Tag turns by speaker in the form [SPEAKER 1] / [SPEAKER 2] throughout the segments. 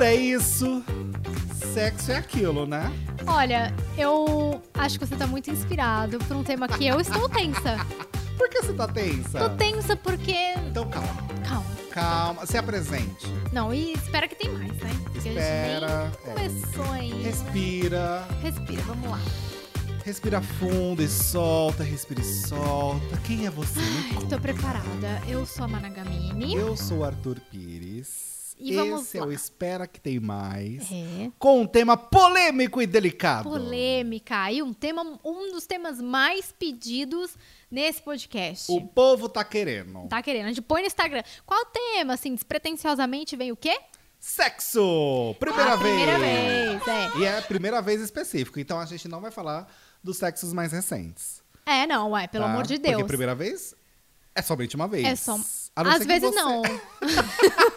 [SPEAKER 1] é sexo é aquilo, né?
[SPEAKER 2] Olha, eu acho que você tá muito inspirado por um tema que eu estou tensa.
[SPEAKER 1] Por que você tá tensa?
[SPEAKER 2] Tô tensa porque.
[SPEAKER 1] Então calma,
[SPEAKER 2] Calma.
[SPEAKER 1] calma. Se apresente.
[SPEAKER 2] Não, e espera que tem mais, né? Porque a
[SPEAKER 1] Espera.
[SPEAKER 2] gente nem começou
[SPEAKER 1] é.
[SPEAKER 2] ainda.
[SPEAKER 1] Respira.
[SPEAKER 2] Respira, vamos lá.
[SPEAKER 1] Respira fundo e solta, respira e solta. Quem é você? Me conta.
[SPEAKER 2] Tô preparada. Eu sou a Managamini.
[SPEAKER 1] Eu sou o Arthur Pires.
[SPEAKER 2] E vamos
[SPEAKER 1] Esse é
[SPEAKER 2] lá.
[SPEAKER 1] o Espera Que Tem Mais.
[SPEAKER 2] É.
[SPEAKER 1] Com um tema polêmico e delicado.
[SPEAKER 2] Polêmica. E um tema, um dos temas mais pedidos nesse podcast.
[SPEAKER 1] O povo tá querendo.
[SPEAKER 2] Tá querendo? A gente põe no Instagram. Qual tema, assim, despretensiosamente vem o quê?
[SPEAKER 1] Sexo! Primeira
[SPEAKER 2] a
[SPEAKER 1] vez!
[SPEAKER 2] Ah, primeira vez, é.
[SPEAKER 1] E é a primeira vez específico, então a gente não vai falar dos sexos mais recentes.
[SPEAKER 2] É, não, ué, pelo
[SPEAKER 1] tá?
[SPEAKER 2] amor de
[SPEAKER 1] Porque
[SPEAKER 2] Deus.
[SPEAKER 1] primeira vez é somente uma vez.
[SPEAKER 2] É só.
[SPEAKER 1] A não ser
[SPEAKER 2] Às
[SPEAKER 1] que
[SPEAKER 2] vezes
[SPEAKER 1] você-
[SPEAKER 2] não.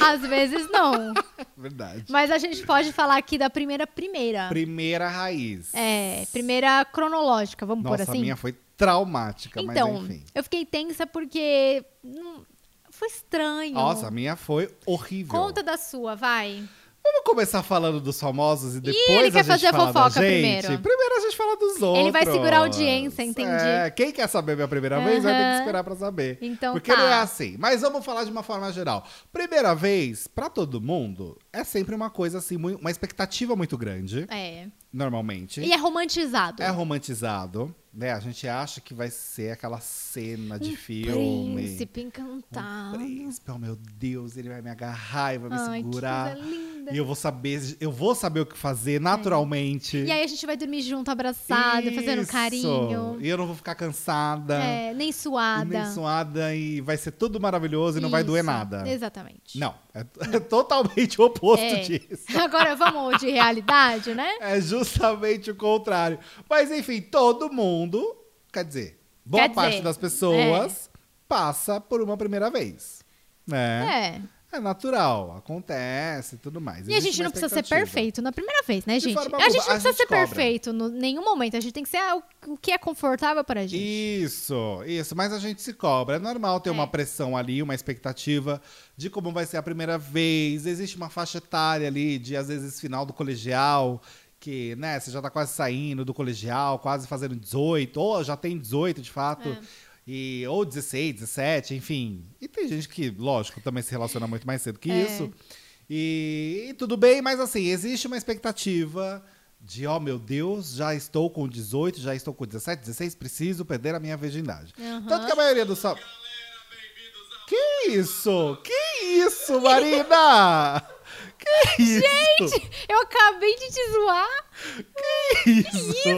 [SPEAKER 2] Às vezes não.
[SPEAKER 1] Verdade.
[SPEAKER 2] Mas a gente pode falar aqui da primeira primeira.
[SPEAKER 1] Primeira raiz.
[SPEAKER 2] É, primeira cronológica, vamos
[SPEAKER 1] Nossa,
[SPEAKER 2] por assim.
[SPEAKER 1] a minha foi traumática,
[SPEAKER 2] então,
[SPEAKER 1] mas enfim.
[SPEAKER 2] eu fiquei tensa porque hum, foi estranho.
[SPEAKER 1] Nossa, a minha foi horrível.
[SPEAKER 2] Conta da sua, vai.
[SPEAKER 1] Vamos começar falando dos famosos e depois
[SPEAKER 2] ele
[SPEAKER 1] a
[SPEAKER 2] quer
[SPEAKER 1] gente
[SPEAKER 2] fazer a
[SPEAKER 1] fala da
[SPEAKER 2] fofoca
[SPEAKER 1] gente?
[SPEAKER 2] primeiro.
[SPEAKER 1] Primeiro a gente fala dos outros.
[SPEAKER 2] Ele vai segurar a audiência, entendi.
[SPEAKER 1] É, quem quer saber minha primeira vez vai ter que
[SPEAKER 2] Aham.
[SPEAKER 1] esperar pra saber.
[SPEAKER 2] Então
[SPEAKER 1] Porque
[SPEAKER 2] tá.
[SPEAKER 1] não é assim. Mas vamos falar de uma forma geral. Primeira vez, pra todo mundo, é sempre uma coisa assim, mui- uma expectativa muito grande,
[SPEAKER 2] É.
[SPEAKER 1] normalmente.
[SPEAKER 2] E é romantizado.
[SPEAKER 1] É romantizado, né? A gente acha que vai ser aquela cena
[SPEAKER 2] Um
[SPEAKER 1] de filme.
[SPEAKER 2] Príncipe
[SPEAKER 1] Um
[SPEAKER 2] encantado.
[SPEAKER 1] príncipe, oh meu Deus, ele vai me agarrar e vai me
[SPEAKER 2] Ai, que
[SPEAKER 1] segurar.
[SPEAKER 2] coisa linda.
[SPEAKER 1] E eu vou saber, eu vou saber o que fazer naturalmente.
[SPEAKER 2] É. E aí a gente vai dormir junto, abraçado, fazendo
[SPEAKER 1] Isso.
[SPEAKER 2] carinho.
[SPEAKER 1] E eu não vou ficar cansada,
[SPEAKER 2] É, nem
[SPEAKER 1] e
[SPEAKER 2] suada.
[SPEAKER 1] nem suada, e vai ser tudo maravilhoso e não vai doer
[SPEAKER 2] Isso,
[SPEAKER 1] nada.
[SPEAKER 2] Exatamente.
[SPEAKER 1] Não, é, t- é totalmente o oposto
[SPEAKER 2] É.
[SPEAKER 1] disso.
[SPEAKER 2] Agora vamos de realidade, né?
[SPEAKER 1] É justamente o contrário. Mas enfim, todo mundo, quer dizer, boa
[SPEAKER 2] Quer
[SPEAKER 1] parte
[SPEAKER 2] dizer, é.
[SPEAKER 1] das pessoas passa por uma primeira vez. Né?
[SPEAKER 2] É.
[SPEAKER 1] É. natural, acontece e tudo mais.
[SPEAKER 2] E a gente não precisa ser perfeito na primeira vez, né,
[SPEAKER 1] De
[SPEAKER 2] gente?
[SPEAKER 1] forma
[SPEAKER 2] A gente
[SPEAKER 1] alguma.
[SPEAKER 2] não
[SPEAKER 1] A
[SPEAKER 2] precisa
[SPEAKER 1] gente
[SPEAKER 2] ser
[SPEAKER 1] cobra.
[SPEAKER 2] perfeito em nenhum momento. A gente tem que ser ah, o- o que é confortável para a gente.
[SPEAKER 1] Isso, isso, mas a gente se cobra. É normal ter
[SPEAKER 2] É.
[SPEAKER 1] uma pressão ali, uma expectativa de como vai ser a primeira vez. Existe uma faixa etária ali de, às vezes, final do colegial, que, né, você já tá quase saindo do colegial, quase fazendo 18, ou já tem 18 de fato.
[SPEAKER 2] É.
[SPEAKER 1] E, ou 16, 17, enfim. E tem gente que, lógico, também se relaciona muito mais cedo que
[SPEAKER 2] É.
[SPEAKER 1] isso. E, e tudo bem, mas assim, existe uma expectativa de, ó, meu Deus, já estou com 18, já estou com 17, 16, preciso perder a minha virgindade.
[SPEAKER 2] Aham.
[SPEAKER 1] Tanto que a maioria do sal... Que isso? Que isso, Marina? Que isso?
[SPEAKER 2] Eu acabei de te zoar.
[SPEAKER 1] que isso?
[SPEAKER 2] Isso! Que
[SPEAKER 1] Quem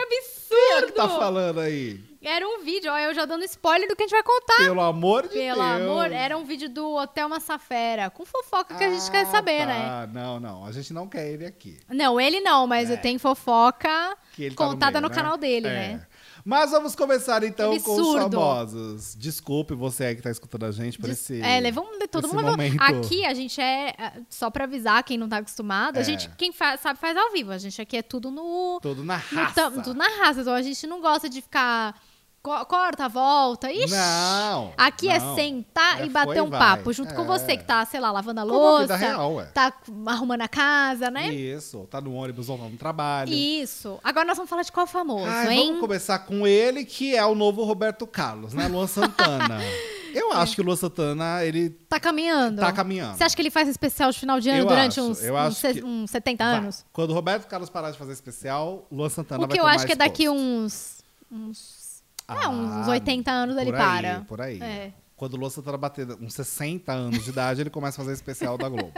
[SPEAKER 1] é
[SPEAKER 2] absurdo!
[SPEAKER 1] que tá falando aí?
[SPEAKER 2] Era um vídeo, ó, eu já dando spoiler do que a gente vai contar.
[SPEAKER 1] Pelo amor de
[SPEAKER 2] Pelo
[SPEAKER 1] Deus.
[SPEAKER 2] amor, era um vídeo do Hotel Massafera, com fofoca que a gente quer saber, né?
[SPEAKER 1] né? Não, não, a gente não quer ele aqui.
[SPEAKER 2] Não, ele não, mas tem fofoca
[SPEAKER 1] É. que ele tá
[SPEAKER 2] contada
[SPEAKER 1] meio,
[SPEAKER 2] no,
[SPEAKER 1] né?
[SPEAKER 2] canal dele,
[SPEAKER 1] É.
[SPEAKER 2] né? é
[SPEAKER 1] Mas vamos começar então
[SPEAKER 2] Que
[SPEAKER 1] com os
[SPEAKER 2] absurdo.
[SPEAKER 1] famosos. Desculpe você aí que tá escutando a gente por
[SPEAKER 2] Des-
[SPEAKER 1] esse.
[SPEAKER 2] É, levamos de todo
[SPEAKER 1] esse
[SPEAKER 2] mundo.
[SPEAKER 1] momento.
[SPEAKER 2] Aqui a gente é. ah, Só pra avisar quem não tá acostumado,
[SPEAKER 1] É.
[SPEAKER 2] a gente, quem fa- sabe, faz ao vivo. A gente aqui é tudo no.
[SPEAKER 1] Todo na
[SPEAKER 2] no
[SPEAKER 1] raça.
[SPEAKER 2] tam- tudo na raça. Então a gente não gosta de ficar. co- corta, volta. Ixi!
[SPEAKER 1] Não,
[SPEAKER 2] Aqui
[SPEAKER 1] não.
[SPEAKER 2] é sentar
[SPEAKER 1] É,
[SPEAKER 2] e bater
[SPEAKER 1] foi
[SPEAKER 2] um
[SPEAKER 1] e vai.
[SPEAKER 2] papo junto com
[SPEAKER 1] É.
[SPEAKER 2] você que tá, sei lá, lavando a
[SPEAKER 1] Como a vida
[SPEAKER 2] louça,
[SPEAKER 1] real, ué.
[SPEAKER 2] tá arrumando a casa, né?
[SPEAKER 1] Isso, tá no ônibus ou tá no trabalho.
[SPEAKER 2] Isso. Agora nós vamos falar de qual famoso,
[SPEAKER 1] Ai,
[SPEAKER 2] hein?
[SPEAKER 1] vamos começar com ele, que é o novo Roberto Carlos, né? Luan Santana.
[SPEAKER 2] É.
[SPEAKER 1] Eu acho que o Luan Santana, ele
[SPEAKER 2] Tá caminhando.
[SPEAKER 1] tá caminhando.
[SPEAKER 2] Você acha que ele faz especial de final de ano
[SPEAKER 1] Eu
[SPEAKER 2] durante
[SPEAKER 1] acho,
[SPEAKER 2] uns,
[SPEAKER 1] eu
[SPEAKER 2] uns
[SPEAKER 1] acho
[SPEAKER 2] se-
[SPEAKER 1] que-
[SPEAKER 2] uns 70
[SPEAKER 1] Vai. Tá
[SPEAKER 2] anos?
[SPEAKER 1] Quando o Roberto Carlos parar de fazer especial, Luan Santana
[SPEAKER 2] O
[SPEAKER 1] vai
[SPEAKER 2] que eu
[SPEAKER 1] tomar
[SPEAKER 2] acho que é
[SPEAKER 1] esse
[SPEAKER 2] daqui
[SPEAKER 1] posto.
[SPEAKER 2] uns. uns é,
[SPEAKER 1] Ah,
[SPEAKER 2] uns 80 anos ele
[SPEAKER 1] por aí,
[SPEAKER 2] para.
[SPEAKER 1] Por aí.
[SPEAKER 2] É.
[SPEAKER 1] Quando o Luan Santana bater uns 60 anos de idade, ele começa a fazer especial da Globo.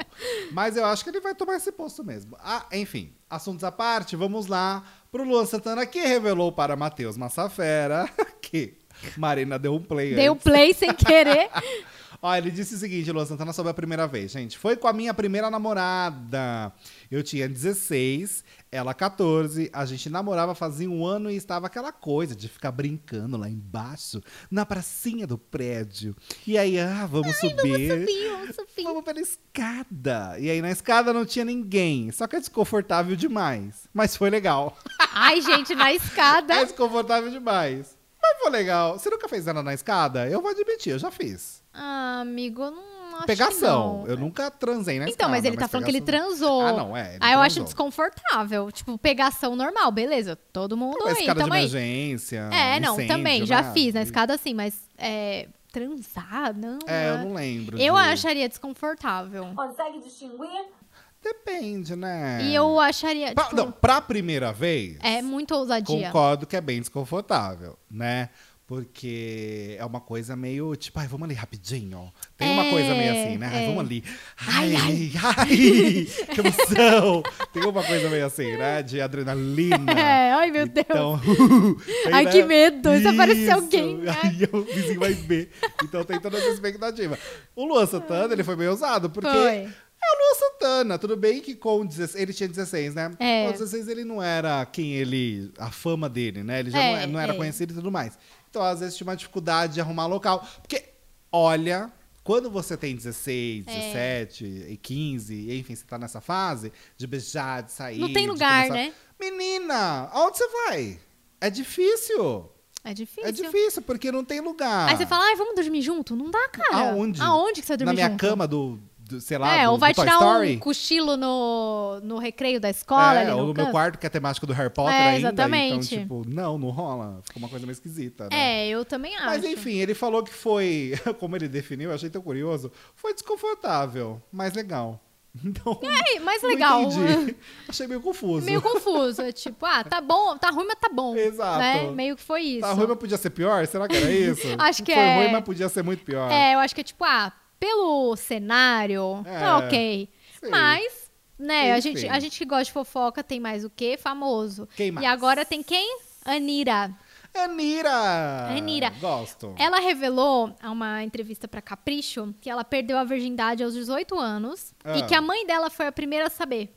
[SPEAKER 1] Mas eu acho que ele vai tomar esse posto mesmo. Ah, enfim, assuntos à parte, vamos lá pro Luan Santana, que revelou para Matheus Massafera que Marina deu um play
[SPEAKER 2] Deu
[SPEAKER 1] antes.
[SPEAKER 2] play sem querer.
[SPEAKER 1] Ó, ele disse o seguinte, Luan Santana, sobre a primeira vez, gente. Foi com a minha primeira namorada. Eu tinha 16, ela 14. A gente namorava fazia um ano e estava aquela coisa de ficar brincando lá embaixo, na pracinha do prédio. E aí, ah, vamos subir.
[SPEAKER 2] é Subiu, subiu.
[SPEAKER 1] Vamos pela escada. E aí, na escada não tinha ninguém. Só que é desconfortável demais. Mas foi legal.
[SPEAKER 2] Ai, gente, na escada.
[SPEAKER 1] É desconfortável demais. Mas foi legal. Você nunca fez nada na escada? Eu vou admitir, eu já fiz.
[SPEAKER 2] Ah, amigo, não. acho
[SPEAKER 1] pegação.
[SPEAKER 2] que não.
[SPEAKER 1] Eu nunca transei na
[SPEAKER 2] Então, mas
[SPEAKER 1] escada,
[SPEAKER 2] ele tá falando que ele
[SPEAKER 1] pegação-
[SPEAKER 2] transou.
[SPEAKER 1] Ah, não, é. ele
[SPEAKER 2] Aí eu acho
[SPEAKER 1] transou.
[SPEAKER 2] desconfortável. Tipo, pegação normal, beleza. Todo mundo
[SPEAKER 1] Na
[SPEAKER 2] aí,
[SPEAKER 1] escada de
[SPEAKER 2] tamo aí.
[SPEAKER 1] emergência.
[SPEAKER 2] então É, não,
[SPEAKER 1] incêndio,
[SPEAKER 2] também, já
[SPEAKER 1] né?
[SPEAKER 2] fiz na escada assim, mas é, transar, não.
[SPEAKER 1] É, eu
[SPEAKER 2] né?
[SPEAKER 1] não lembro.
[SPEAKER 2] eu
[SPEAKER 1] de-
[SPEAKER 2] acharia desconfortável.
[SPEAKER 3] Consegue distinguir?
[SPEAKER 1] Depende, né?
[SPEAKER 2] E eu acharia.
[SPEAKER 1] Pra,
[SPEAKER 2] tipo,
[SPEAKER 1] não, pra primeira vez,
[SPEAKER 2] É muito ousadia.
[SPEAKER 1] concordo que é bem desconfortável, né? Porque é uma coisa meio tipo, ai, vamos ali rapidinho. Tem uma
[SPEAKER 2] É,
[SPEAKER 1] coisa meio assim, né? Ai,
[SPEAKER 2] é.
[SPEAKER 1] vamos ali. Ai,
[SPEAKER 2] Ai,
[SPEAKER 1] ai, que emoção! Tem uma coisa meio assim, né? De adrenalina.
[SPEAKER 2] É, ai meu Deus.
[SPEAKER 1] Então, tem,
[SPEAKER 2] Ai,
[SPEAKER 1] né?
[SPEAKER 2] que medo. Se aparecer alguém, né?
[SPEAKER 1] Aí o vizinho vai ver. Então tem toda essa expectativa. O Luan Santana, ele foi meio ousado, porque
[SPEAKER 2] Foi.
[SPEAKER 1] é o Luan Santana. Tudo bem que com 16, ele tinha 16, né?
[SPEAKER 2] É.
[SPEAKER 1] Com 16 ele não era quem ele. a fama dele, né? Ele já não,
[SPEAKER 2] É,
[SPEAKER 1] é- não era
[SPEAKER 2] é.
[SPEAKER 1] conhecido e tudo mais. Então, às vezes, tinha uma dificuldade de arrumar local. Porque, olha. Quando você tem
[SPEAKER 2] É.
[SPEAKER 1] 16, 17 e 15, enfim, você tá nessa fase de beijar, de sair.
[SPEAKER 2] Não tem
[SPEAKER 1] de
[SPEAKER 2] lugar,
[SPEAKER 1] começar-
[SPEAKER 2] né?
[SPEAKER 1] Menina, aonde você vai? É difícil.
[SPEAKER 2] É difícil.
[SPEAKER 1] É difícil, porque não tem lugar.
[SPEAKER 2] Aí você fala, ai, vamos dormir junto? Não dá, cara.
[SPEAKER 1] Aonde?
[SPEAKER 2] Aonde que você vai
[SPEAKER 1] Na
[SPEAKER 2] dormir
[SPEAKER 1] minha
[SPEAKER 2] junto?
[SPEAKER 1] cama do, do- sei lá,
[SPEAKER 2] É,
[SPEAKER 1] do,
[SPEAKER 2] ou vai
[SPEAKER 1] do Toy
[SPEAKER 2] tirar
[SPEAKER 1] Story.
[SPEAKER 2] um cochilo no, no recreio da escola,
[SPEAKER 1] é,
[SPEAKER 2] ali
[SPEAKER 1] ou
[SPEAKER 2] no
[SPEAKER 1] no meu
[SPEAKER 2] canto.
[SPEAKER 1] quarto, que é temático do Harry Potter
[SPEAKER 2] É,
[SPEAKER 1] ainda.
[SPEAKER 2] exatamente.
[SPEAKER 1] Então, tipo, não, não rola. Fica uma coisa meio esquisita, né?
[SPEAKER 2] É, eu também acho.
[SPEAKER 1] Mas enfim, ele falou que foi, como ele definiu, eu achei tão curioso, foi desconfortável, mas legal. Então,
[SPEAKER 2] É, mas
[SPEAKER 1] não
[SPEAKER 2] legal.
[SPEAKER 1] entendi. Achei meio confuso.
[SPEAKER 2] Meio confuso. é tipo, ah, tá bom, tá ruim, mas tá bom.
[SPEAKER 1] Exato.
[SPEAKER 2] Né? Meio que foi isso.
[SPEAKER 1] Tá ruim, mas podia ser pior? Será que era isso?
[SPEAKER 2] Acho que
[SPEAKER 1] foi
[SPEAKER 2] é.
[SPEAKER 1] ruim, mas podia ser muito pior.
[SPEAKER 2] É, eu acho que é tipo, ah, pelo cenário,
[SPEAKER 1] É,
[SPEAKER 2] tá ok.
[SPEAKER 1] Sim.
[SPEAKER 2] Mas, né, a
[SPEAKER 1] Enfim.
[SPEAKER 2] gente, a gente que gosta de fofoca tem mais o quê? Famoso.
[SPEAKER 1] Quem mais?
[SPEAKER 2] E agora tem quem? Anira.
[SPEAKER 1] Anira!
[SPEAKER 2] Anira.
[SPEAKER 1] É Gosto.
[SPEAKER 2] Ela revelou a uma entrevista pra Capricho que ela perdeu a virgindade aos 18 anos
[SPEAKER 1] Ah.
[SPEAKER 2] e que a mãe dela foi a primeira a saber.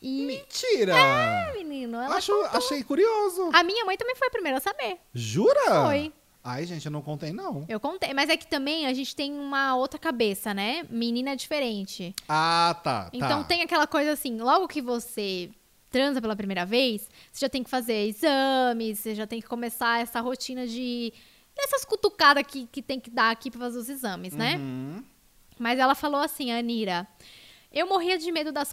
[SPEAKER 2] E,
[SPEAKER 1] Mentira!
[SPEAKER 2] é, menino, ela
[SPEAKER 1] Acho, achei curioso.
[SPEAKER 2] A minha mãe também foi a primeira a saber.
[SPEAKER 1] Jura?
[SPEAKER 2] Foi.
[SPEAKER 1] Ai, gente, eu não contei, não.
[SPEAKER 2] Eu contei. Mas é que também a gente tem uma outra cabeça, né? Menina é diferente.
[SPEAKER 1] Ah, tá. tá.
[SPEAKER 2] Então tem aquela coisa assim, logo que você transa pela primeira vez, você já tem que fazer exames, você já tem que começar essa rotina de. dessas cutucadas que, que tem que dar aqui pra fazer os exames, né?
[SPEAKER 1] Uhum.
[SPEAKER 2] Mas ela falou assim, a Anira. Eu morria de medo das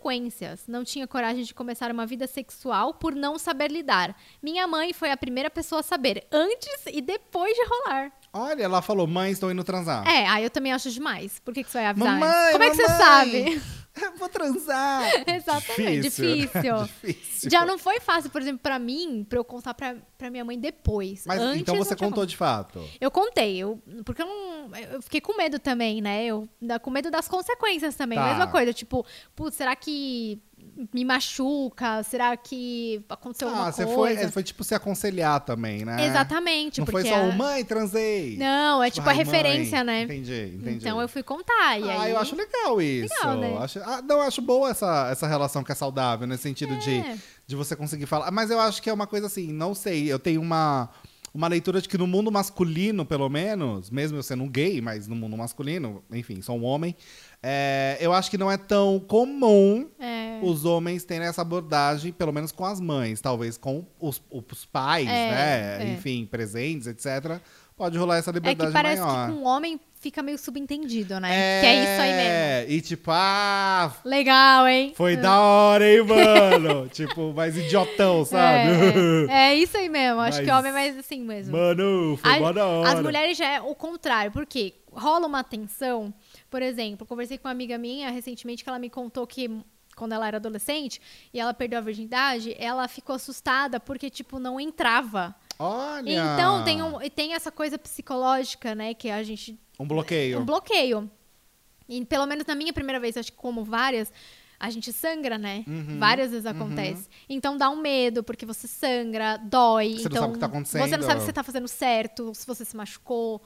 [SPEAKER 2] consequências. Não tinha coragem de começar uma vida sexual por não saber lidar. Minha mãe foi a primeira pessoa a saber, antes e depois de rolar.
[SPEAKER 1] Olha, ela falou, mãe, estou indo transar.
[SPEAKER 2] É, aí eu também acho demais. Por que, que você vai avisar? antes?
[SPEAKER 1] Ah. Mamãe,
[SPEAKER 2] Como é que você
[SPEAKER 1] mamãe!
[SPEAKER 2] sabe?
[SPEAKER 1] Vou transar.
[SPEAKER 2] Exatamente,
[SPEAKER 1] né?
[SPEAKER 2] difícil.
[SPEAKER 1] Difícil.
[SPEAKER 2] Já não foi fácil, por exemplo, pra mim, pra eu contar pra, pra minha mãe depois.
[SPEAKER 1] Mas
[SPEAKER 2] Antes,
[SPEAKER 1] então
[SPEAKER 2] não
[SPEAKER 1] você
[SPEAKER 2] tinha
[SPEAKER 1] contou de fato.
[SPEAKER 2] Eu contei, eu, porque eu, não, eu fiquei com medo também, né? Eu da- com medo das consequências também.
[SPEAKER 1] Tá.
[SPEAKER 2] Mesma coisa, tipo, putz, será que me machuca? Será que aconteceu
[SPEAKER 1] ah,
[SPEAKER 2] alguma
[SPEAKER 1] você
[SPEAKER 2] coisa?
[SPEAKER 1] foi, é, foi tipo se aconselhar também, né?
[SPEAKER 2] Exatamente,
[SPEAKER 1] Não
[SPEAKER 2] porque
[SPEAKER 1] foi só,
[SPEAKER 2] a-
[SPEAKER 1] o mãe, transei.
[SPEAKER 2] Não, é tipo, a
[SPEAKER 1] "Ai, mãe."
[SPEAKER 2] referência, né?
[SPEAKER 1] Entendi, entendi.
[SPEAKER 2] Então eu fui contar e
[SPEAKER 1] Ah,
[SPEAKER 2] aí
[SPEAKER 1] eu acho legal isso.
[SPEAKER 2] Legal, né?
[SPEAKER 1] Acho- ah, não, eu acho boa essa, essa relação que é saudável, nesse sentido
[SPEAKER 2] É.
[SPEAKER 1] de, de você conseguir falar. Mas eu acho que é uma coisa assim, não sei, eu tenho uma, uma leitura de que no mundo masculino, pelo menos, mesmo eu sendo um gay, mas no mundo masculino, enfim, sou um homem, é, eu acho que não é tão comum
[SPEAKER 2] É.
[SPEAKER 1] os homens terem essa abordagem, pelo menos com as mães, talvez com os, os pais,
[SPEAKER 2] É,
[SPEAKER 1] né?
[SPEAKER 2] é.
[SPEAKER 1] Enfim, presentes, etc. Pode rolar essa
[SPEAKER 2] É
[SPEAKER 1] liberdade
[SPEAKER 2] que parece
[SPEAKER 1] maior.
[SPEAKER 2] que com homem fica meio subentendido, né? Que é isso aí mesmo.
[SPEAKER 1] É, E tipo, ah,
[SPEAKER 2] Legal, hein?
[SPEAKER 1] foi da hora, hein, mano? tipo, mais idiotão, sabe?
[SPEAKER 2] É, é, é isso aí mesmo. Acho que
[SPEAKER 1] Mas-
[SPEAKER 2] homem é mais assim mesmo.
[SPEAKER 1] Mano, foi
[SPEAKER 2] As-
[SPEAKER 1] mó da hora.
[SPEAKER 2] As mulheres já é o contrário, porque rola uma tensão. Por exemplo, eu conversei com uma amiga minha recentemente que ela me contou que quando ela era adolescente e ela perdeu a virgindade, ela ficou assustada porque, tipo, não entrava.
[SPEAKER 1] Olha.
[SPEAKER 2] Então tem, um, e tem essa coisa psicológica, né? Que a gente.
[SPEAKER 1] Um bloqueio.
[SPEAKER 2] Um bloqueio. E pelo menos na minha primeira vez, acho que como várias. A gente sangra, né?
[SPEAKER 1] Uhum,
[SPEAKER 2] Várias vezes acontece. Então dá um medo, porque você sangra, dói.
[SPEAKER 1] Você não
[SPEAKER 2] então,
[SPEAKER 1] sabe o que tá acontecendo.
[SPEAKER 2] Você não sabe se você tá fazendo certo, se você se machucou.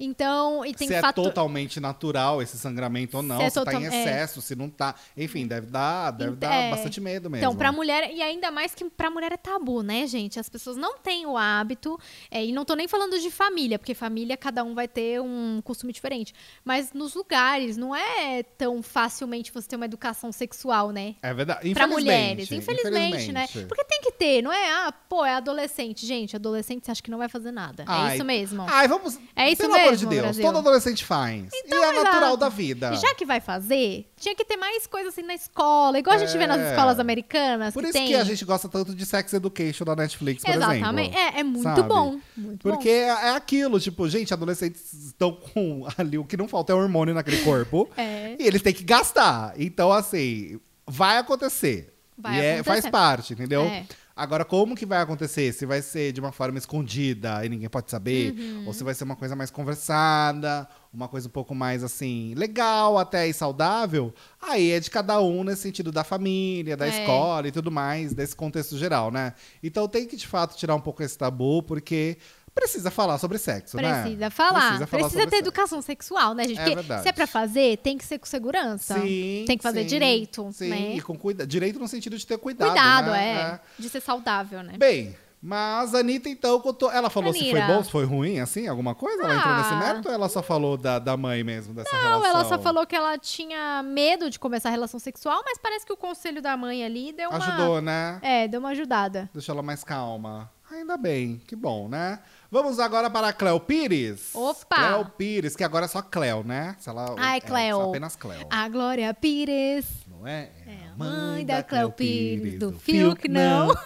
[SPEAKER 2] Então, e tem
[SPEAKER 1] se
[SPEAKER 2] fato.
[SPEAKER 1] é totalmente natural esse sangramento ou não, se,
[SPEAKER 2] Se é
[SPEAKER 1] tá em
[SPEAKER 2] total- é.
[SPEAKER 1] excesso, se não tá. Enfim, deve dar, deve
[SPEAKER 2] Ent-
[SPEAKER 1] dar
[SPEAKER 2] é.
[SPEAKER 1] bastante medo mesmo.
[SPEAKER 2] Então, pra mulher, e ainda mais que pra mulher é tabu, né, gente? As pessoas não têm o hábito, é, e não tô nem falando de família, porque família cada um vai ter um costume diferente. Mas nos lugares, não é tão facilmente você ter uma educação sexual, né?
[SPEAKER 1] É verdade.
[SPEAKER 2] Pra
[SPEAKER 1] Infelizmente,
[SPEAKER 2] mulheres, infelizmente, né?
[SPEAKER 1] infelizmente.
[SPEAKER 2] Porque tem que ter, não é? Ah, pô, é adolescente. Gente, adolescente você acha que não vai fazer nada.
[SPEAKER 1] Ai.
[SPEAKER 2] É isso mesmo.
[SPEAKER 1] Ai, vamos.
[SPEAKER 2] É isso
[SPEAKER 1] pelo amor de
[SPEAKER 2] mesmo,
[SPEAKER 1] Deus,
[SPEAKER 2] Brasil.
[SPEAKER 1] todo adolescente faz. e é
[SPEAKER 2] exato.
[SPEAKER 1] natural da vida.
[SPEAKER 2] E já que vai fazer, tinha que ter mais coisa assim na escola, igual a gente vê nas
[SPEAKER 1] É.
[SPEAKER 2] escolas americanas.
[SPEAKER 1] Por
[SPEAKER 2] que
[SPEAKER 1] isso
[SPEAKER 2] tem.
[SPEAKER 1] que a gente gosta tanto de Sex Education da Netflix, por
[SPEAKER 2] Exatamente.
[SPEAKER 1] exemplo.
[SPEAKER 2] é, é muito
[SPEAKER 1] sabe?
[SPEAKER 2] bom. Muito
[SPEAKER 1] Porque é é aquilo, tipo, gente, adolescentes estão com ali, o que não falta é hormônio naquele corpo.
[SPEAKER 2] bom. É.
[SPEAKER 1] E eles têm que gastar. Então, assim, vai acontecer.
[SPEAKER 2] Vai
[SPEAKER 1] e é-
[SPEAKER 2] acontecer.
[SPEAKER 1] faz parte, entendeu?
[SPEAKER 2] É.
[SPEAKER 1] Agora, como que vai acontecer? Se vai ser de uma forma escondida e ninguém pode saber?
[SPEAKER 2] Uhum.
[SPEAKER 1] Ou se vai ser uma coisa mais conversada, uma coisa um pouco mais, assim, legal até e saudável? Aí é de cada um nesse sentido da família, da
[SPEAKER 2] É.
[SPEAKER 1] escola e tudo mais, desse contexto geral, né? Então tem que, de fato, tirar um pouco esse tabu, porque precisa falar sobre sexo, né?
[SPEAKER 2] Precisa falar. Precisa,
[SPEAKER 1] sobre
[SPEAKER 2] ter
[SPEAKER 1] sexo.
[SPEAKER 2] educação sexual, né, gente?
[SPEAKER 1] É
[SPEAKER 2] Porque
[SPEAKER 1] verdade.
[SPEAKER 2] se é pra fazer, tem que ser com segurança.
[SPEAKER 1] Sim,
[SPEAKER 2] tem que fazer
[SPEAKER 1] sim,
[SPEAKER 2] direito,
[SPEAKER 1] Sim,
[SPEAKER 2] né?
[SPEAKER 1] e com cuidado. Direito no sentido de ter cuidado.
[SPEAKER 2] Cuidado,
[SPEAKER 1] né?
[SPEAKER 2] é, De ser saudável, né?
[SPEAKER 1] Bem, mas a Anitta, então, contou. Ela falou se foi
[SPEAKER 2] Anira. Ah.
[SPEAKER 1] bom, se foi ruim, assim, alguma coisa? Ela entrou nesse mérito ou ela só falou da, da mãe mesmo, dessa relação?
[SPEAKER 2] Não, ela só falou que ela tinha medo de começar a relação sexual, mas parece que o conselho da mãe ali deu uma.
[SPEAKER 1] Ajudou, né?
[SPEAKER 2] É, deu uma ajudada.
[SPEAKER 1] Deixou ela mais calma. Ainda bem, que bom, né? Vamos agora para a Cleo Pires.
[SPEAKER 2] Opa!
[SPEAKER 1] Cleo Pires, que agora é só Cleo, né? Se ela,
[SPEAKER 2] Ai,
[SPEAKER 1] é,
[SPEAKER 2] Cleo.
[SPEAKER 1] só apenas Cleo.
[SPEAKER 2] A Glória Pires.
[SPEAKER 1] Não é?
[SPEAKER 2] É a mãe da Cleo Pires, do Fiuk, não.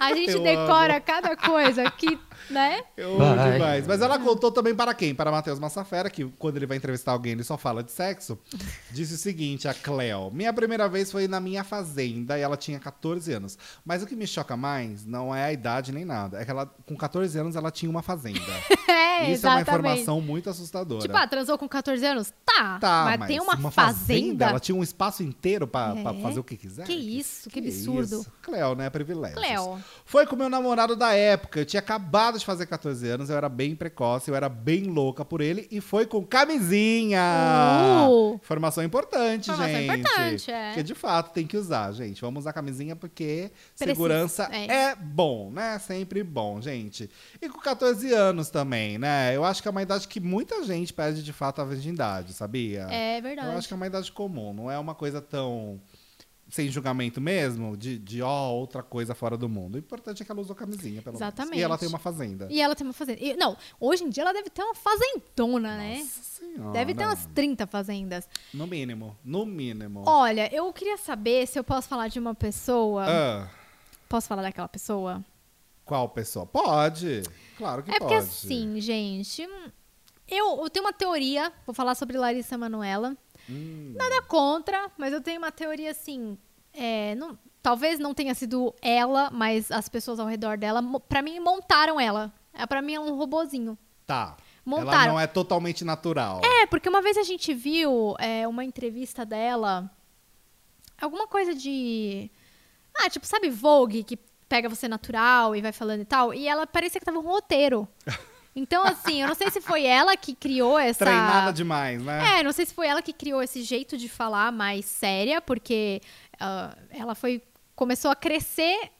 [SPEAKER 2] A gente
[SPEAKER 1] Eu
[SPEAKER 2] decora cada coisa que, né?
[SPEAKER 1] Eu amo
[SPEAKER 3] Vai.
[SPEAKER 1] demais. Mas ela contou também para quem? Para Matheus Massafera, que quando ele vai entrevistar alguém, ele só fala de sexo. Disse o seguinte, a Cleo. Minha primeira vez foi na minha fazenda e ela tinha 14 anos. Mas o que me choca mais não é a idade nem nada. É que ela, com 14 anos, ela tinha uma fazenda.
[SPEAKER 2] É,
[SPEAKER 1] Isso
[SPEAKER 2] exatamente.
[SPEAKER 1] é uma informação muito assustadora.
[SPEAKER 2] Tipo, ah, transou com 14 anos? Tá.
[SPEAKER 1] Tá,
[SPEAKER 2] mas,
[SPEAKER 1] mas
[SPEAKER 2] tem uma, fazenda.
[SPEAKER 1] Ela tinha um espaço inteiro para
[SPEAKER 2] É.
[SPEAKER 1] fazer o que quiser.
[SPEAKER 2] Que isso, que absurdo. é
[SPEAKER 1] isso. Cleo, né? Privilégio.
[SPEAKER 2] Cleo.
[SPEAKER 1] Foi com meu namorado da época. Eu tinha acabado de fazer 14 anos, eu era bem precoce, eu era bem louca por ele e foi com camisinha.
[SPEAKER 2] Uh!
[SPEAKER 1] Informação importante,
[SPEAKER 2] Informação
[SPEAKER 1] gente.
[SPEAKER 2] importante, é.
[SPEAKER 1] Porque de fato tem que usar, gente. Vamos usar camisinha porque
[SPEAKER 2] Precisa,
[SPEAKER 1] segurança é.
[SPEAKER 2] é.
[SPEAKER 1] bom, né? Sempre bom, gente. E com 14 anos também, né? Eu acho que é uma idade que muita gente perde de fato a virgindade, sabia? Eu
[SPEAKER 2] É
[SPEAKER 1] acho
[SPEAKER 2] verdade.
[SPEAKER 1] que é uma idade comum, não é uma coisa tão sem julgamento mesmo, de, de ó, outra coisa fora do mundo. O importante é que ela usou camisinha, pelo menos.
[SPEAKER 2] Exatamente.
[SPEAKER 1] E ela tem uma fazenda.
[SPEAKER 2] E ela tem uma fazenda. E- não, hoje em dia ela deve ter uma fazendona, né?
[SPEAKER 1] Nossa senhora.
[SPEAKER 2] Deve ter umas 30 fazendas.
[SPEAKER 1] No mínimo, no mínimo.
[SPEAKER 2] Olha, eu queria saber se eu posso falar de uma pessoa.
[SPEAKER 1] Ah,
[SPEAKER 2] Posso falar daquela pessoa?
[SPEAKER 1] qual pessoa? Pode. Claro que
[SPEAKER 2] é
[SPEAKER 1] pode.
[SPEAKER 2] porque assim, gente. hum, Eu, eu tenho uma teoria, vou falar sobre Larissa Manoela.
[SPEAKER 1] Hum,
[SPEAKER 2] Nada contra, mas eu tenho uma teoria assim. é, não- talvez não tenha sido ela, mas as pessoas ao redor dela, mo- pra mim, montaram ela. É, pra mim é um robozinho.
[SPEAKER 1] tá. Ela
[SPEAKER 2] Montaram.
[SPEAKER 1] não é totalmente natural.
[SPEAKER 2] É, porque uma vez a gente viu é, uma entrevista dela. Alguma coisa de. Ah, tipo, sabe Vogue, que pega você natural e vai falando e tal? E ela parecia que tava um roteiro. Então, assim, eu não sei se foi ela que criou essa.
[SPEAKER 1] Treinada demais, né?
[SPEAKER 2] É, não sei se foi ela que criou esse jeito de falar mais séria, porque ah, ela foi. começou a crescer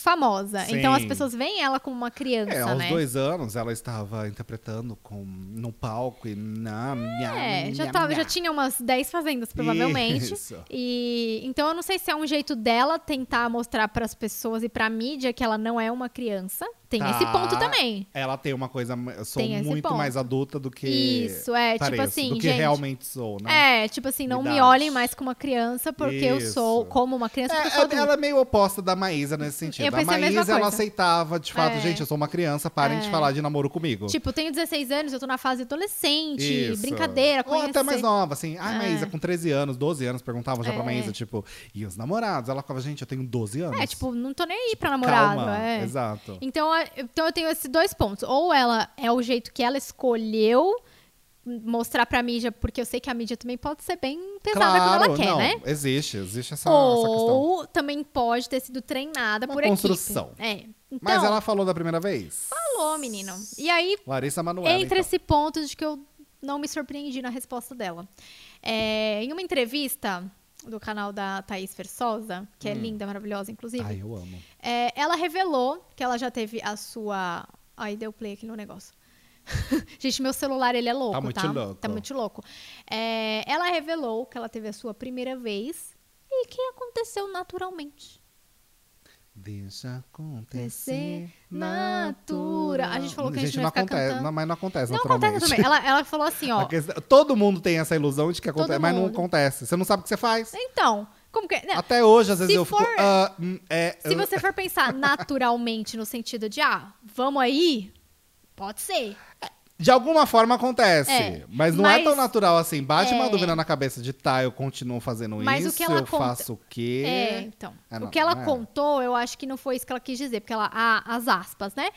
[SPEAKER 2] famosa.
[SPEAKER 1] Sim.
[SPEAKER 2] Então as pessoas veem ela como uma criança,
[SPEAKER 1] aos
[SPEAKER 2] né?
[SPEAKER 1] É, dois anos ela estava interpretando com, no palco e na
[SPEAKER 2] É, já, tava, já tinha umas 10 fazendas, provavelmente.
[SPEAKER 1] Isso.
[SPEAKER 2] E então eu não sei se é um jeito dela tentar mostrar pras pessoas e pra mídia que ela não é uma criança. Tem
[SPEAKER 1] Tá.
[SPEAKER 2] esse ponto também.
[SPEAKER 1] Ela tem uma coisa. Eu sou
[SPEAKER 2] Tem esse
[SPEAKER 1] muito
[SPEAKER 2] ponto.
[SPEAKER 1] mais adulta do que.
[SPEAKER 2] Isso, é, tipo
[SPEAKER 1] pareço,
[SPEAKER 2] assim,
[SPEAKER 1] Do que
[SPEAKER 2] gente.
[SPEAKER 1] realmente sou, né?
[SPEAKER 2] É, tipo assim, não me
[SPEAKER 1] Idade.
[SPEAKER 2] olhem mais como uma criança, porque eu sou
[SPEAKER 1] Isso.
[SPEAKER 2] como uma criança, porque eu sou
[SPEAKER 1] ela,
[SPEAKER 2] adulta.
[SPEAKER 1] ela é meio oposta da Maísa nesse sentido.
[SPEAKER 2] tipo,
[SPEAKER 1] a
[SPEAKER 2] Eu pensei a mesma
[SPEAKER 1] Maísa, ela
[SPEAKER 2] coisa.
[SPEAKER 1] aceitava, de fato,
[SPEAKER 2] É.
[SPEAKER 1] gente, eu sou uma criança, parem de falar de namoro comigo.
[SPEAKER 2] Tipo, tenho 16 anos, eu tô na fase adolescente,
[SPEAKER 1] Isso.
[SPEAKER 2] brincadeira,
[SPEAKER 1] Ou
[SPEAKER 2] conhecer.
[SPEAKER 1] até mais nova, assim. Ai,
[SPEAKER 2] É.
[SPEAKER 1] Maísa, com 13 anos, 12 anos, perguntavam já pra
[SPEAKER 2] É.
[SPEAKER 1] Maísa, tipo, e os namorados? Ela ficava, gente, eu tenho 12 anos.
[SPEAKER 2] É, tipo, não tô nem aí pra namorado.
[SPEAKER 1] calma.
[SPEAKER 2] é.
[SPEAKER 1] Exato.
[SPEAKER 2] Então, a- então eu tenho esses dois pontos. Ou ela é o jeito que ela escolheu mostrar pra mídia, porque eu sei que a mídia também pode ser bem pesada quando ela quer,
[SPEAKER 1] não,
[SPEAKER 2] né?
[SPEAKER 1] Existe, existe essa, essa questão.
[SPEAKER 2] Ou também pode ter sido treinada
[SPEAKER 1] Uma
[SPEAKER 2] por
[SPEAKER 1] construção.
[SPEAKER 2] equipe. É. Então,
[SPEAKER 1] Mas ela falou da primeira vez?
[SPEAKER 2] falou, menino. E aí
[SPEAKER 1] Larissa Manoela.
[SPEAKER 2] entre
[SPEAKER 1] então.
[SPEAKER 2] esse ponto de que eu não me surpreendi na resposta dela. É, em uma entrevista do canal da Thaís Versosa, que é
[SPEAKER 1] Hum.
[SPEAKER 2] linda, maravilhosa, inclusive,
[SPEAKER 1] Ai, eu amo.
[SPEAKER 2] é, ela revelou que ela já teve a sua. Aí deu play aqui no negócio. Gente, meu celular ele é louco,
[SPEAKER 1] Tá muito louco.
[SPEAKER 2] Tá muito louco. É, ela revelou que ela teve a sua primeira vez e que aconteceu naturalmente.
[SPEAKER 1] Deixa acontecer.
[SPEAKER 2] Acontecer natural. A gente falou que a gente não ia
[SPEAKER 1] não
[SPEAKER 2] ficar
[SPEAKER 1] acontece,
[SPEAKER 2] cantando.
[SPEAKER 1] não- mas não acontece
[SPEAKER 2] Não
[SPEAKER 1] naturalmente.
[SPEAKER 2] acontece também. Ela, ela falou assim,
[SPEAKER 1] A
[SPEAKER 2] ó.
[SPEAKER 1] questão- todo mundo tem essa ilusão de que
[SPEAKER 2] Todo
[SPEAKER 1] acontece, mas não
[SPEAKER 2] mundo.
[SPEAKER 1] acontece. Você não sabe o que você faz.
[SPEAKER 2] Então, como que. né,
[SPEAKER 1] Até hoje, às vezes,
[SPEAKER 2] Se
[SPEAKER 1] eu
[SPEAKER 2] for-
[SPEAKER 1] fico. ah, hum, é,
[SPEAKER 2] Se
[SPEAKER 1] Ah, eu-
[SPEAKER 2] você for pensar naturalmente, no sentido de, ah, vamos aí, pode ser.
[SPEAKER 1] De alguma forma acontece.
[SPEAKER 2] É,
[SPEAKER 1] mas não é
[SPEAKER 2] mas-
[SPEAKER 1] tão natural assim. Bate uma
[SPEAKER 2] É.
[SPEAKER 1] dúvida na cabeça de tá, eu continuo fazendo
[SPEAKER 2] Mas o
[SPEAKER 1] isso,
[SPEAKER 2] que ela
[SPEAKER 1] eu
[SPEAKER 2] conta-
[SPEAKER 1] faço o quê?
[SPEAKER 2] É, então.
[SPEAKER 1] Ah, não,
[SPEAKER 2] o que ela
[SPEAKER 1] não é.
[SPEAKER 2] contou, eu acho que não foi isso que ela quis dizer, porque ela, a- as aspas, né?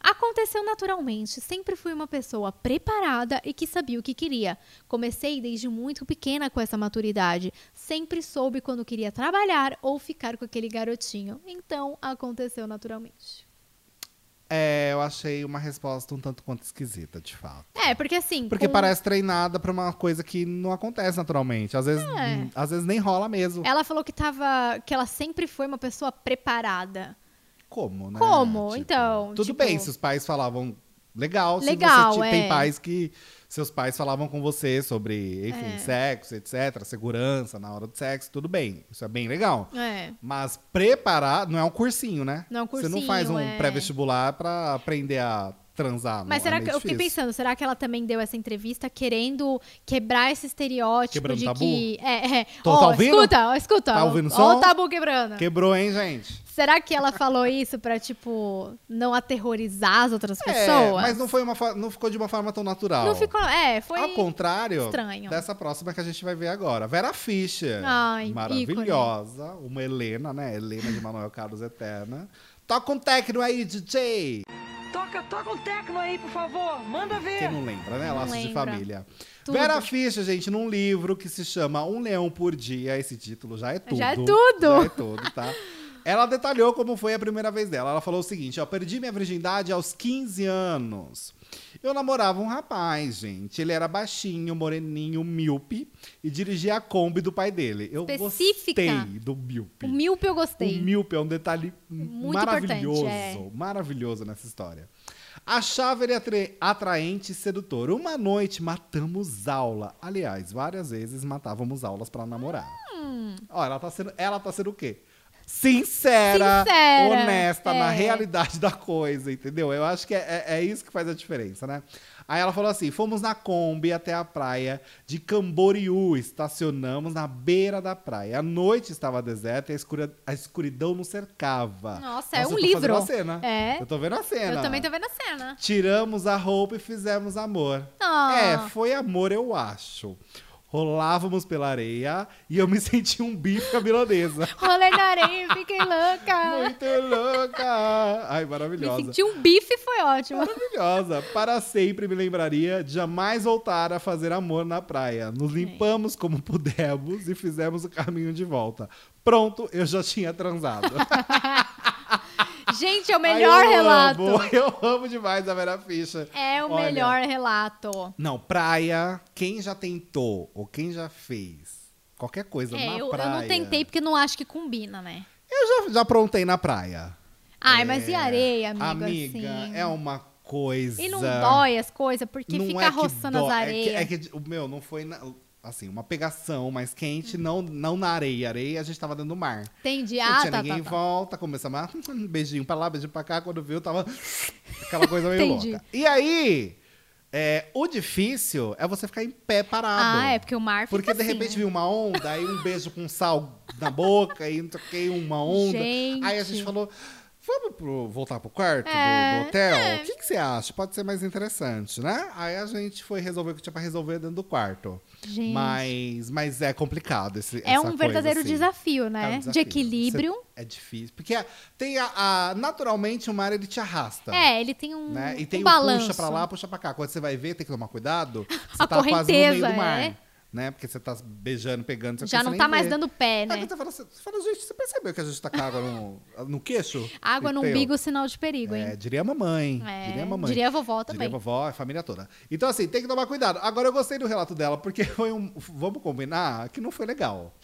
[SPEAKER 2] Aconteceu naturalmente. Sempre fui uma pessoa preparada e que sabia o que queria. Comecei desde muito pequena com essa maturidade. Sempre soube quando queria trabalhar ou ficar com aquele garotinho. Então, aconteceu naturalmente.
[SPEAKER 1] É, eu achei uma resposta um tanto quanto esquisita, de fato.
[SPEAKER 2] É, porque assim.
[SPEAKER 1] Porque
[SPEAKER 2] com-
[SPEAKER 1] parece treinada pra uma coisa que não acontece naturalmente. Às vezes,
[SPEAKER 2] É.
[SPEAKER 1] hum, às vezes nem rola mesmo.
[SPEAKER 2] Ela falou que tava. que ela sempre foi uma pessoa preparada.
[SPEAKER 1] Como, né?
[SPEAKER 2] Como? Então,
[SPEAKER 1] Tudo
[SPEAKER 2] tipo-
[SPEAKER 1] bem se os pais falavam legal. se
[SPEAKER 2] Legal,
[SPEAKER 1] você ti-
[SPEAKER 2] é.
[SPEAKER 1] Tem pais que seus pais falavam com você sobre,
[SPEAKER 2] É.
[SPEAKER 1] enfim, sexo, etc. Segurança na hora do sexo, tudo bem. Isso é bem legal.
[SPEAKER 2] É.
[SPEAKER 1] Mas preparar não é um cursinho, né?
[SPEAKER 2] Não é um
[SPEAKER 1] Você não
[SPEAKER 2] cursinho,
[SPEAKER 1] faz um
[SPEAKER 2] é.
[SPEAKER 1] pré-vestibular pra aprender a transar.
[SPEAKER 2] Mas
[SPEAKER 1] não, é
[SPEAKER 2] será
[SPEAKER 1] meio
[SPEAKER 2] que eu fiquei
[SPEAKER 1] difícil.
[SPEAKER 2] pensando, será que ela também deu essa entrevista querendo quebrar esse estereótipo
[SPEAKER 1] Quebrando
[SPEAKER 2] de
[SPEAKER 1] tabu?
[SPEAKER 2] que. É, é.
[SPEAKER 1] Tô-
[SPEAKER 2] Ó,
[SPEAKER 1] tá ouvindo?
[SPEAKER 2] Escuta, ó, escuta.
[SPEAKER 1] Tá
[SPEAKER 2] ó,
[SPEAKER 1] ouvindo o
[SPEAKER 2] ó
[SPEAKER 1] som?
[SPEAKER 2] o tabu quebrando.
[SPEAKER 1] Quebrou, hein, gente?
[SPEAKER 2] Será que ela falou isso pra, tipo, não aterrorizar as outras
[SPEAKER 1] É,
[SPEAKER 2] pessoas?
[SPEAKER 1] mas não, foi uma fo- não ficou de uma forma tão natural.
[SPEAKER 2] Não ficou. É, foi.
[SPEAKER 1] Ao contrário
[SPEAKER 2] estranho.
[SPEAKER 1] dessa próxima que a gente vai ver agora. Vera Fischer.
[SPEAKER 2] Ai,
[SPEAKER 1] maravilhosa. Uma Helena, né? Helena de Manuel Carlos Eterna. Toca um técnico aí, DJ!
[SPEAKER 3] Toca, toca um tecno aí, por favor. Manda ver.
[SPEAKER 1] Quem não lembra, né? Laços de
[SPEAKER 2] lembra.
[SPEAKER 1] família.
[SPEAKER 2] Tudo.
[SPEAKER 1] Vera Fischer, gente, num livro que se chama Um Leão por Dia. Esse título já é tudo.
[SPEAKER 2] Já é tudo.
[SPEAKER 1] Já é tudo, tá? Ela detalhou como foi a primeira vez dela. Ela falou o seguinte: ó, perdi minha virgindade aos 15 anos. Eu namorava um rapaz, gente. Ele era baixinho, moreninho, míope e dirigia a Kombi do pai dele. Eu
[SPEAKER 2] Específica.
[SPEAKER 1] gostei do míope.
[SPEAKER 2] O míope eu
[SPEAKER 1] O
[SPEAKER 2] gostei.
[SPEAKER 1] míope é um detalhe
[SPEAKER 2] Muito
[SPEAKER 1] maravilhoso,
[SPEAKER 2] importante, é.
[SPEAKER 1] maravilhoso nessa história. Achava ele atre- atraente e sedutor. Uma noite matamos aula. Aliás, várias vezes matávamos aulas pra namorar.
[SPEAKER 2] Hum.
[SPEAKER 1] Ó, ela tá sendo, ela tá sendo o quê? Sincera,
[SPEAKER 2] Sincera,
[SPEAKER 1] honesta na
[SPEAKER 2] é.
[SPEAKER 1] realidade da coisa, entendeu? Eu acho que é, é- é isso que faz a diferença, né? Aí ela falou assim: fomos na Kombi até a praia de Camboriú, estacionamos na beira da praia. A noite estava deserta e a, escura- a escuridão nos cercava.
[SPEAKER 2] Nossa, é
[SPEAKER 1] eu
[SPEAKER 2] um
[SPEAKER 1] tô
[SPEAKER 2] livro.
[SPEAKER 1] fazendo a cena.
[SPEAKER 2] É.
[SPEAKER 1] Eu tô vendo a cena.
[SPEAKER 2] Eu também tô vendo a cena.
[SPEAKER 1] Tiramos a roupa e fizemos amor.
[SPEAKER 2] Ah.
[SPEAKER 1] É, foi amor, eu acho. Rolávamos pela areia e eu me senti um bife à milanesa.
[SPEAKER 2] Rolei na areia, fiquei louca.
[SPEAKER 1] Muito louca! Ai,
[SPEAKER 2] Me
[SPEAKER 1] maravilhosa.
[SPEAKER 2] senti um bife, foi ótimo.
[SPEAKER 1] Maravilhosa. Para sempre me lembraria de jamais voltar a fazer amor na praia. Nos limpamos como pudemos e fizemos o caminho de volta. Pronto, eu já tinha transado.
[SPEAKER 2] Gente, é o
[SPEAKER 1] Ai,
[SPEAKER 2] melhor
[SPEAKER 1] eu
[SPEAKER 2] relato.
[SPEAKER 1] amo, eu amo demais a Vera Ficha.
[SPEAKER 2] É o
[SPEAKER 1] Olha,
[SPEAKER 2] melhor relato.
[SPEAKER 1] Não, praia, quem já tentou ou quem já fez qualquer coisa
[SPEAKER 2] É,
[SPEAKER 1] na
[SPEAKER 2] eu, eu
[SPEAKER 1] praia.
[SPEAKER 2] não tentei porque não acho que combina, né?
[SPEAKER 1] Eu já, já aprontei na praia.
[SPEAKER 2] Ai, mas e
[SPEAKER 1] É,
[SPEAKER 2] areia, amigo?
[SPEAKER 1] Amiga,
[SPEAKER 2] assim?
[SPEAKER 1] é uma coisa.
[SPEAKER 2] E não dói as coisas, porque
[SPEAKER 1] Não
[SPEAKER 2] fica
[SPEAKER 1] é que
[SPEAKER 2] roçando
[SPEAKER 1] dó-
[SPEAKER 2] as
[SPEAKER 1] é que-
[SPEAKER 2] areias.
[SPEAKER 1] É que, o meu não foi na- assim, uma pegação mais quente, não, não na areia. Areia a gente tava dentro do mar.
[SPEAKER 2] Entendi.
[SPEAKER 1] Não
[SPEAKER 2] Ah,
[SPEAKER 1] tinha
[SPEAKER 2] tá,
[SPEAKER 1] ninguém em
[SPEAKER 2] tá, tá.
[SPEAKER 1] volta, começamos a beijinho pra lá, beijinho pra cá. Quando viu, tava aquela coisa meio
[SPEAKER 2] Entendi.
[SPEAKER 1] louca. E aí, é, o difícil é você ficar em pé parado.
[SPEAKER 2] Ah, é porque o mar fica
[SPEAKER 1] Porque de
[SPEAKER 2] assim,
[SPEAKER 1] repente
[SPEAKER 2] né?
[SPEAKER 1] viu uma onda, aí um beijo com sal na boca, e não toquei uma onda.
[SPEAKER 2] Gente.
[SPEAKER 1] Aí a gente falou. Vamos pro- voltar pro quarto do-
[SPEAKER 2] É,
[SPEAKER 1] do, hotel?
[SPEAKER 2] é.
[SPEAKER 1] O que, que você acha? Pode ser mais interessante, né? Aí a gente foi resolver o que tinha pra resolver dentro do quarto.
[SPEAKER 2] Gente.
[SPEAKER 1] Mas, mas é complicado esse
[SPEAKER 2] É um verdadeiro
[SPEAKER 1] desafio. É
[SPEAKER 2] desafio,
[SPEAKER 1] um
[SPEAKER 2] né? De
[SPEAKER 1] desafio.
[SPEAKER 2] equilíbrio.
[SPEAKER 1] Cê- é difícil. Porque a- tem a, a- Naturalmente o mar ele te arrasta.
[SPEAKER 2] É, ele tem um,
[SPEAKER 1] tá. Né? E
[SPEAKER 2] um
[SPEAKER 1] tem o
[SPEAKER 2] balanço.
[SPEAKER 1] puxa pra lá, puxa pra cá. Quando você vai ver, tem que tomar cuidado. Você
[SPEAKER 2] A
[SPEAKER 1] tá quase no meio
[SPEAKER 2] correnteza,
[SPEAKER 1] do mar.
[SPEAKER 2] é.
[SPEAKER 1] Né? Porque você tá beijando, pegando, você
[SPEAKER 2] Já não tá mais dando pé, né?
[SPEAKER 1] Você fala, você fala, gente, você percebeu que a gente tá com água no, no queixo?
[SPEAKER 2] Água no
[SPEAKER 1] Entendeu?
[SPEAKER 2] umbigo, sinal de perigo,
[SPEAKER 1] É,
[SPEAKER 2] hein?
[SPEAKER 1] diria a mamãe.
[SPEAKER 2] É,
[SPEAKER 1] diria a mamãe.
[SPEAKER 2] diria a vovó
[SPEAKER 1] Diria
[SPEAKER 2] também.
[SPEAKER 1] a vovó, a família toda. Então, assim, tem que tomar cuidado. Agora, eu gostei do relato dela, porque foi um... Vamos combinar que não foi legal.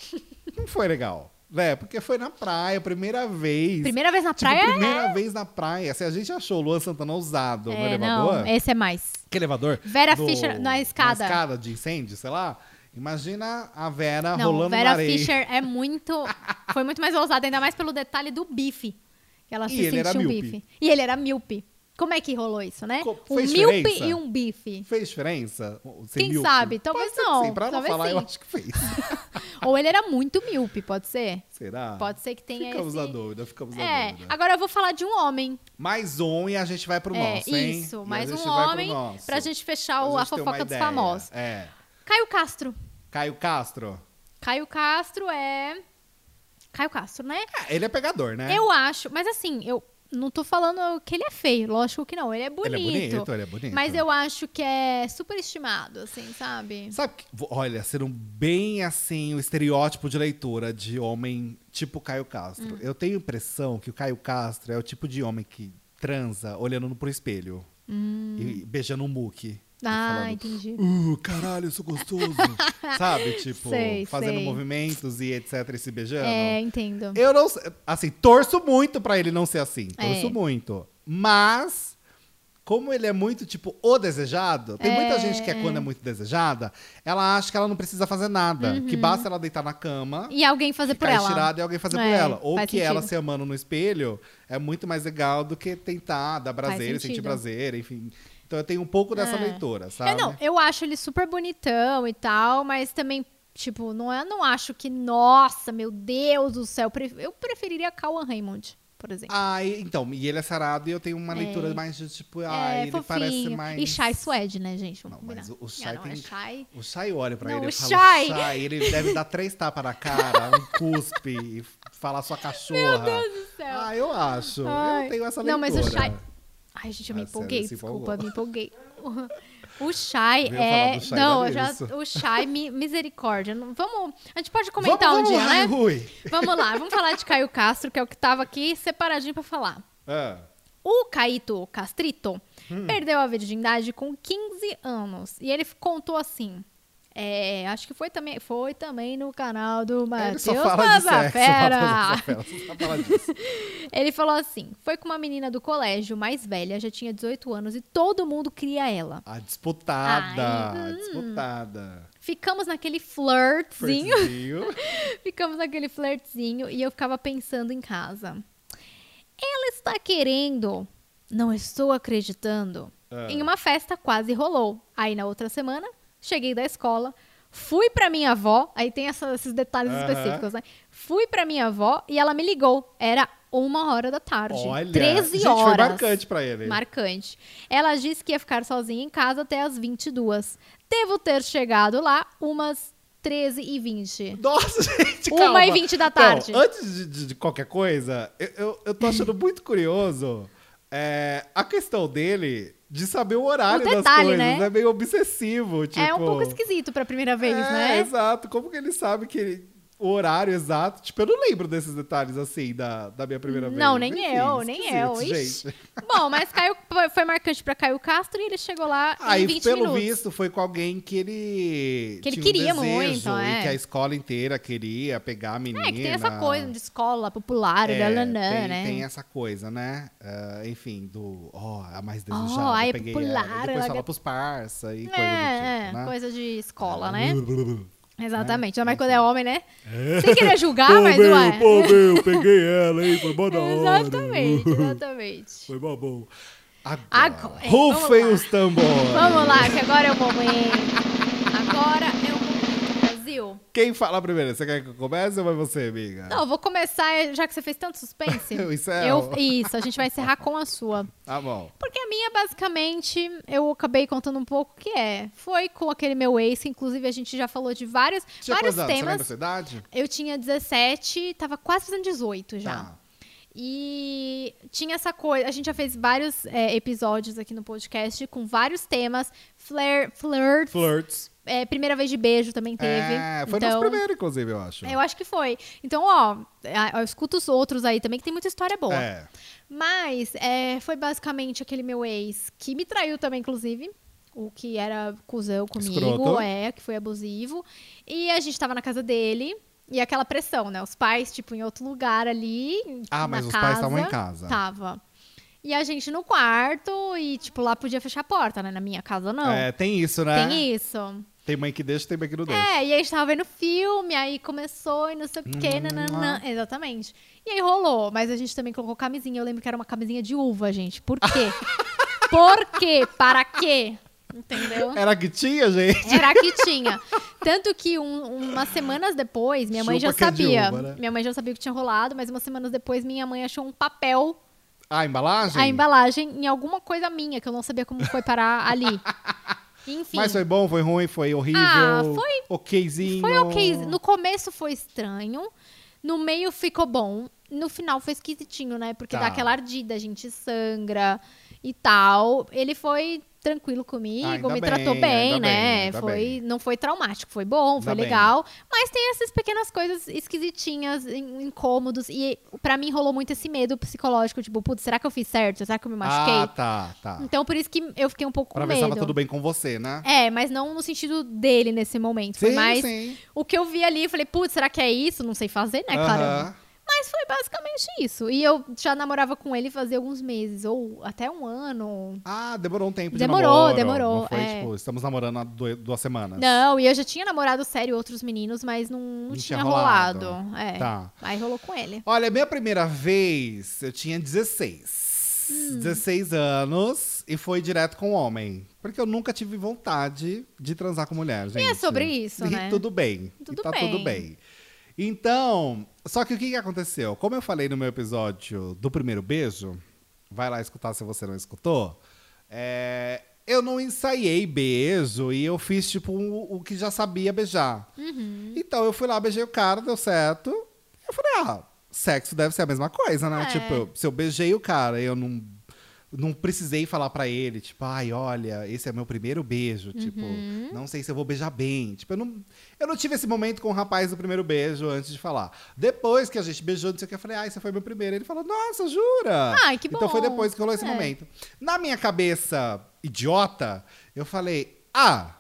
[SPEAKER 1] não foi legal. Né? Porque foi na praia, primeira vez.
[SPEAKER 2] Primeira vez na
[SPEAKER 1] Tipo,
[SPEAKER 2] praia
[SPEAKER 1] primeira vez na praia. Se a gente achou o Luan Santana ousado
[SPEAKER 2] é...
[SPEAKER 1] no
[SPEAKER 2] É,
[SPEAKER 1] elevador.
[SPEAKER 2] não, esse é mais.
[SPEAKER 1] Que elevador?
[SPEAKER 2] Vera Fischer na escada.
[SPEAKER 1] escada de incêndio, sei lá. Imagina a Vera
[SPEAKER 2] Não,
[SPEAKER 1] Tá rolando
[SPEAKER 2] Vera
[SPEAKER 1] na areia.
[SPEAKER 2] Fischer é muito. Foi muito mais ousada, ainda mais pelo detalhe do bife. Que ela
[SPEAKER 1] E
[SPEAKER 2] se
[SPEAKER 1] ele era
[SPEAKER 2] sentiu um
[SPEAKER 1] míope.
[SPEAKER 2] bife. E ele era míope. Como é que rolou isso, né?
[SPEAKER 1] Co-
[SPEAKER 2] um
[SPEAKER 1] fez
[SPEAKER 2] míope
[SPEAKER 1] diferença?
[SPEAKER 2] e um bife.
[SPEAKER 1] Fez diferença? O- ser
[SPEAKER 2] Quem
[SPEAKER 1] míope?
[SPEAKER 2] sabe? Talvez
[SPEAKER 1] Pode ser que
[SPEAKER 2] não.
[SPEAKER 1] Sim. Pra
[SPEAKER 2] Talvez
[SPEAKER 1] não falar, eu
[SPEAKER 2] sim.
[SPEAKER 1] acho que fez.
[SPEAKER 2] Ou ele era muito míope, pode ser?
[SPEAKER 1] Será?
[SPEAKER 2] Pode ser que tenha
[SPEAKER 1] Ficamos
[SPEAKER 2] esse...
[SPEAKER 1] na dúvida, ficamos na
[SPEAKER 2] É,
[SPEAKER 1] dúvida.
[SPEAKER 2] agora eu vou falar de um homem.
[SPEAKER 1] Mais um e a gente vai né? pro
[SPEAKER 2] é,
[SPEAKER 1] nosso, hein?
[SPEAKER 2] isso,
[SPEAKER 1] E
[SPEAKER 2] mais
[SPEAKER 1] a gente
[SPEAKER 2] um
[SPEAKER 1] vai pro
[SPEAKER 2] homem
[SPEAKER 1] nosso.
[SPEAKER 2] pra gente fechar o-
[SPEAKER 1] Pra
[SPEAKER 2] a
[SPEAKER 1] gente ter uma
[SPEAKER 2] fofoca dos
[SPEAKER 1] ideia.
[SPEAKER 2] famosos.
[SPEAKER 1] É.
[SPEAKER 2] Caio Castro.
[SPEAKER 1] Caio Castro.
[SPEAKER 2] Caio Castro é. Caio Castro, né?
[SPEAKER 1] É, ele é pegador, né?
[SPEAKER 2] Eu acho, mas assim, eu não tô falando que ele é feio, lógico que não, ele é bonito.
[SPEAKER 1] Ele é bonito, ele é bonito.
[SPEAKER 2] Mas eu acho que é superestimado, assim, sabe?
[SPEAKER 1] Sabe, que- vo- olha, sendo bem assim, o estereótipo de leitura de homem tipo Caio Castro.
[SPEAKER 2] Hum.
[SPEAKER 1] Eu tenho a impressão que o Caio Castro é o tipo de homem que transa olhando no- pro espelho e beijando um muque. e
[SPEAKER 2] Hum. Ah,
[SPEAKER 1] falando,
[SPEAKER 2] entendi.
[SPEAKER 1] Uh, caralho, eu sou gostoso. Sabe? Tipo,
[SPEAKER 2] Sei,
[SPEAKER 1] fazendo
[SPEAKER 2] sei.
[SPEAKER 1] movimentos e etc. e se beijando.
[SPEAKER 2] É, entendo.
[SPEAKER 1] Eu não sei. Assim, torço muito pra ele não ser assim. Torço
[SPEAKER 2] É.
[SPEAKER 1] muito. Mas, como ele é muito, tipo, o desejado, tem muita
[SPEAKER 2] É,
[SPEAKER 1] gente que é quando é muito desejada, ela acha que ela não precisa fazer nada. Que basta ela deitar na cama.
[SPEAKER 2] Uhum. E alguém fazer por
[SPEAKER 1] Ficar
[SPEAKER 2] ela.
[SPEAKER 1] estirada e alguém fazer por
[SPEAKER 2] É,
[SPEAKER 1] ela. Ou que
[SPEAKER 2] faz
[SPEAKER 1] ela
[SPEAKER 2] sentido.
[SPEAKER 1] se amando no espelho é muito mais legal do que tentar dar prazer, sentir
[SPEAKER 2] sentido.
[SPEAKER 1] prazer, enfim. Então eu tenho um pouco dessa
[SPEAKER 2] É.
[SPEAKER 1] leitura, sabe?
[SPEAKER 2] Eu não, eu acho ele super bonitão e tal, mas também, tipo, não, eu não acho que, nossa, meu Deus do céu, pre- eu preferiria Cauan Raymond, por exemplo.
[SPEAKER 1] Ah, e- então, e ele é sarado e eu tenho uma leitura mais de tipo, ah,
[SPEAKER 2] é,
[SPEAKER 1] ele
[SPEAKER 2] fofinho.
[SPEAKER 1] parece mais.
[SPEAKER 2] E Shai Suede, né, gente? Vamos
[SPEAKER 1] Não, mas
[SPEAKER 2] combinar.
[SPEAKER 1] o- o Shai
[SPEAKER 2] não,
[SPEAKER 1] tem-
[SPEAKER 2] é Shai.
[SPEAKER 1] O Shai olha pra
[SPEAKER 2] Não,
[SPEAKER 1] ele
[SPEAKER 2] o
[SPEAKER 1] e fala,
[SPEAKER 2] Shai.
[SPEAKER 1] Shai. ele deve dar três tapas na cara, um cuspe e falar sua cachorra. Meu Deus do
[SPEAKER 2] céu.
[SPEAKER 1] Ah, eu acho. Eu
[SPEAKER 2] Ai.
[SPEAKER 1] não tenho essa
[SPEAKER 2] Não,
[SPEAKER 1] leitura.
[SPEAKER 2] mas o Shai- Ai, gente, eu me
[SPEAKER 1] Ah, sério,
[SPEAKER 2] empolguei,
[SPEAKER 1] se
[SPEAKER 2] desculpa,
[SPEAKER 1] empolgou.
[SPEAKER 2] me empolguei. O Shai
[SPEAKER 1] Veio falar
[SPEAKER 2] é.
[SPEAKER 1] do Shai
[SPEAKER 2] não,
[SPEAKER 1] da
[SPEAKER 2] eu já,
[SPEAKER 1] Nilson.
[SPEAKER 2] o Shai, mi- misericórdia. Não- Vamos. A gente pode comentar
[SPEAKER 1] vamos,
[SPEAKER 2] um dia,
[SPEAKER 1] vamos lá,
[SPEAKER 2] né?
[SPEAKER 1] Rui.
[SPEAKER 2] Vamos lá, vamos falar de Caio Castro, que é o que tava aqui separadinho pra falar.
[SPEAKER 1] Ah,
[SPEAKER 2] O Caíto Castrito
[SPEAKER 1] Hum.
[SPEAKER 2] perdeu a virgindade com 15 anos. E ele contou assim. é, acho que foi também, foi também no canal do
[SPEAKER 1] ele só
[SPEAKER 2] Matheus
[SPEAKER 1] fala de sexo.
[SPEAKER 2] Mazafera.
[SPEAKER 1] Matheus Mazafera, só fala disso.
[SPEAKER 2] Ele falou assim: foi com uma menina do colégio mais velha, já tinha 18 anos e todo mundo cria ela.
[SPEAKER 1] A Ah, disputada.
[SPEAKER 2] Ai, hum.
[SPEAKER 1] a disputada.
[SPEAKER 2] Ficamos naquele flirtzinho.
[SPEAKER 1] Furtzinho.
[SPEAKER 2] Ficamos naquele flirtzinho e eu ficava pensando em casa. Ela está querendo, não estou acreditando.
[SPEAKER 1] Ah.
[SPEAKER 2] Em uma festa quase rolou. Aí na outra semana, cheguei da escola, fui pra minha avó, aí tem essa- esses detalhes
[SPEAKER 1] Aham.
[SPEAKER 2] específicos, né? Fui pra minha avó e ela me ligou. Era uma hora da tarde.
[SPEAKER 1] Olha.
[SPEAKER 2] 13
[SPEAKER 1] Gente,
[SPEAKER 2] horas.
[SPEAKER 1] foi marcante pra ele.
[SPEAKER 2] Marcante. Ela disse que ia ficar sozinha em casa até as 22. Devo ter chegado lá umas 13h20.
[SPEAKER 1] Nossa, gente,
[SPEAKER 2] Uma
[SPEAKER 1] calma.
[SPEAKER 2] e vinte da
[SPEAKER 1] Então,
[SPEAKER 2] tarde.
[SPEAKER 1] antes de, de- de qualquer coisa, eu, eu, eu tô achando muito curioso é, a questão dele de saber o horário
[SPEAKER 2] O
[SPEAKER 1] das
[SPEAKER 2] detalhe,
[SPEAKER 1] coisas.
[SPEAKER 2] né?
[SPEAKER 1] É meio obsessivo, tipo...
[SPEAKER 2] É um pouco esquisito pra primeira vez,
[SPEAKER 1] É,
[SPEAKER 2] né?
[SPEAKER 1] exato. Como que ele sabe que ele- o horário exato? Tipo, eu não lembro desses detalhes, assim, da, da minha primeira vez.
[SPEAKER 2] Não, nem
[SPEAKER 1] Enfim,
[SPEAKER 2] eu, nem eu.
[SPEAKER 1] esquisito,
[SPEAKER 2] Ixi.
[SPEAKER 1] gente.
[SPEAKER 2] Bom, mas Caio, foi- foi marcante pra Caio Castro e ele chegou lá em
[SPEAKER 1] Aí,
[SPEAKER 2] 20
[SPEAKER 1] pelo
[SPEAKER 2] minutos.
[SPEAKER 1] visto, foi com alguém que ele.
[SPEAKER 2] Que ele
[SPEAKER 1] tinha um
[SPEAKER 2] queria
[SPEAKER 1] desejo
[SPEAKER 2] muito, é.
[SPEAKER 1] E que a escola inteira queria pegar a menina.
[SPEAKER 2] é, que tem essa coisa de escola popular,
[SPEAKER 1] É,
[SPEAKER 2] da lanã,
[SPEAKER 1] tem,
[SPEAKER 2] né?
[SPEAKER 1] tem essa coisa, né? Ah, enfim, do. Ó, a mais
[SPEAKER 2] Ó,
[SPEAKER 1] desejada.
[SPEAKER 2] aí é
[SPEAKER 1] peguei
[SPEAKER 2] popular,
[SPEAKER 1] ela. Depois
[SPEAKER 2] ela
[SPEAKER 1] fala
[SPEAKER 2] quer-
[SPEAKER 1] pros parça e coisa
[SPEAKER 2] é, é,
[SPEAKER 1] do tipo, né?
[SPEAKER 2] coisa de escola, né? Exatamente. Ainda mais
[SPEAKER 1] enfim.
[SPEAKER 2] quando é homem, né? Sem querer julgar,
[SPEAKER 1] Pô,
[SPEAKER 2] Ah, mas é.
[SPEAKER 1] meu,
[SPEAKER 2] ué.
[SPEAKER 1] pô, meu, peguei ela, hein? Foi mó da hora.
[SPEAKER 2] Exatamente, exatamente.
[SPEAKER 1] Foi mó bom. Agora,
[SPEAKER 2] Agora, hein, vamos
[SPEAKER 1] rufem
[SPEAKER 2] lá.
[SPEAKER 1] os tambores.
[SPEAKER 2] Vamos lá, que agora é o momento. Agora é o momento, Brasil.
[SPEAKER 1] Quem fala primeiro? Você quer que eu comece ou vai você, amiga?
[SPEAKER 2] Não, eu vou começar, eh, já que você fez tanto suspense.
[SPEAKER 1] Eu encerro.
[SPEAKER 2] isso, a gente vai encerrar com a sua.
[SPEAKER 1] Tá bom.
[SPEAKER 2] Porque a minha, basicamente, eu acabei contando um pouco o que é. Foi com aquele meu ex, que inclusive a gente já falou de vários,
[SPEAKER 1] Tinha
[SPEAKER 2] vários
[SPEAKER 1] quantos anos? Você lembra a
[SPEAKER 2] temas.
[SPEAKER 1] sua idade?
[SPEAKER 2] Eu tinha 17, tava quase fazendo 18 já.
[SPEAKER 1] Tá.
[SPEAKER 2] E tinha essa coisa. A gente já fez vários eh, episódios aqui no podcast com vários temas. Flair, flirt,
[SPEAKER 1] Flirts.
[SPEAKER 2] eh, primeira vez de beijo também teve.
[SPEAKER 1] É, foi
[SPEAKER 2] então,
[SPEAKER 1] nosso primeiro, inclusive, eu acho.
[SPEAKER 2] Eu acho que foi. Então, ó, a- eu escuto os outros aí também, que tem muita história boa.
[SPEAKER 1] É.
[SPEAKER 2] Mas é, foi basicamente aquele meu ex que me traiu também, inclusive. O que era cuzão comigo,
[SPEAKER 1] Escroto.
[SPEAKER 2] é, que foi abusivo. E a gente tava na casa dele. E aquela pressão, né? Os pais, tipo, em outro lugar ali.
[SPEAKER 1] Ah,
[SPEAKER 2] na
[SPEAKER 1] mas os
[SPEAKER 2] casa,
[SPEAKER 1] pais estavam em casa.
[SPEAKER 2] Tava. E a gente no quarto, e, tipo, lá podia fechar a porta, né? Na minha casa, não.
[SPEAKER 1] É, tem isso, É, né?
[SPEAKER 2] Tem isso.
[SPEAKER 1] Tem mãe que deixa, tem mãe que não deixa.
[SPEAKER 2] É, e aí a gente tava vendo filme, aí começou e não sei o quê,
[SPEAKER 1] Hum,
[SPEAKER 2] nananã. Exatamente. E aí rolou, mas a gente também colocou camisinha. Eu lembro que era uma camisinha de uva, gente. Por quê? Por quê? Para quê? Entendeu?
[SPEAKER 1] Era que tinha, gente?
[SPEAKER 2] Era a que tinha. Tanto que um- umas semanas depois, minha mãe
[SPEAKER 1] Chupa
[SPEAKER 2] já
[SPEAKER 1] que é de
[SPEAKER 2] sabia.
[SPEAKER 1] uva, né?
[SPEAKER 2] Minha mãe já sabia o que tinha rolado, mas umas semanas depois, minha mãe achou um papel
[SPEAKER 1] A embalagem?
[SPEAKER 2] a embalagem em alguma coisa minha, que eu não sabia como foi parar ali. Enfim.
[SPEAKER 1] Mas foi bom, foi ruim, foi horrível.
[SPEAKER 2] Ah, foi-
[SPEAKER 1] Okzinho.
[SPEAKER 2] Foi ok. No começo foi estranho. No meio ficou bom. No final foi esquisitinho, né? Porque
[SPEAKER 1] Tá.
[SPEAKER 2] dá aquela ardida, a gente sangra e tal. Ele foi tranquilo comigo,
[SPEAKER 1] Ah, Ainda
[SPEAKER 2] me
[SPEAKER 1] bem,
[SPEAKER 2] tratou
[SPEAKER 1] ainda
[SPEAKER 2] bem,
[SPEAKER 1] bem,
[SPEAKER 2] né?
[SPEAKER 1] ainda
[SPEAKER 2] foi,
[SPEAKER 1] bem.
[SPEAKER 2] não foi traumático, foi bom, foi
[SPEAKER 1] Ainda bem.
[SPEAKER 2] legal, mas tem essas pequenas coisas esquisitinhas, in- incômodos e pra mim rolou muito esse medo psicológico, tipo, putz, será que eu fiz certo? Será que eu me machuquei?
[SPEAKER 1] Ah, tá, tá.
[SPEAKER 2] Então por isso que eu fiquei um pouco
[SPEAKER 1] Pra
[SPEAKER 2] com
[SPEAKER 1] ver se
[SPEAKER 2] medo.
[SPEAKER 1] tava tudo bem com você, né?
[SPEAKER 2] É, mas não no sentido dele nesse momento. É, foi
[SPEAKER 1] sim,
[SPEAKER 2] mais
[SPEAKER 1] sim.
[SPEAKER 2] o que eu vi ali, eu falei, putz, será que é isso? Não sei fazer, né, cara?
[SPEAKER 1] Aham.
[SPEAKER 2] Mas foi basicamente isso. E eu já namorava com ele fazia alguns meses, ou até um ano.
[SPEAKER 1] Ah, demorou um tempo de
[SPEAKER 2] Demorou,
[SPEAKER 1] namoro.
[SPEAKER 2] demorou,
[SPEAKER 1] Não foi,
[SPEAKER 2] é.
[SPEAKER 1] tipo, estamos namorando há doi- duas semanas.
[SPEAKER 2] Não, e eu já tinha namorado sério outros meninos, mas não, não tinha, rolado. É.
[SPEAKER 1] Tá.
[SPEAKER 2] Aí rolou com ele.
[SPEAKER 1] Olha, minha primeira vez, eu tinha 16.
[SPEAKER 2] Hum.
[SPEAKER 1] 16 anos e foi direto com homem. Porque eu nunca tive vontade de transar com mulher, gente.
[SPEAKER 2] é sobre isso,
[SPEAKER 1] e
[SPEAKER 2] né?
[SPEAKER 1] tudo bem. e
[SPEAKER 2] Tudo
[SPEAKER 1] tá
[SPEAKER 2] bem.
[SPEAKER 1] tudo bem. Então, só que o que que aconteceu? Como eu falei no meu episódio do primeiro beijo, vai lá escutar se você não escutou. é, eu não ensaiei beijo e eu fiz, tipo, um- o que já sabia beijar. Então eu fui lá, beijei o cara, deu certo. Eu falei, ah, sexo deve ser a mesma coisa, né?
[SPEAKER 2] É.
[SPEAKER 1] Tipo, eu- se eu beijei o cara, eu não, não precisei falar pra ele, tipo, ai, olha, esse é meu primeiro beijo. Tipo,
[SPEAKER 2] Uhum.
[SPEAKER 1] não sei se eu vou beijar bem. Tipo, eu não, eu não tive esse momento com o rapaz do primeiro beijo antes de falar. Depois que a gente beijou, não sei o que, eu falei, ai, você foi meu primeiro. Ele falou, nossa, jura?
[SPEAKER 2] Ai, que
[SPEAKER 1] Então foi
[SPEAKER 2] bom.
[SPEAKER 1] depois que rolou esse
[SPEAKER 2] É.
[SPEAKER 1] momento. Na minha cabeça idiota, eu falei, ah,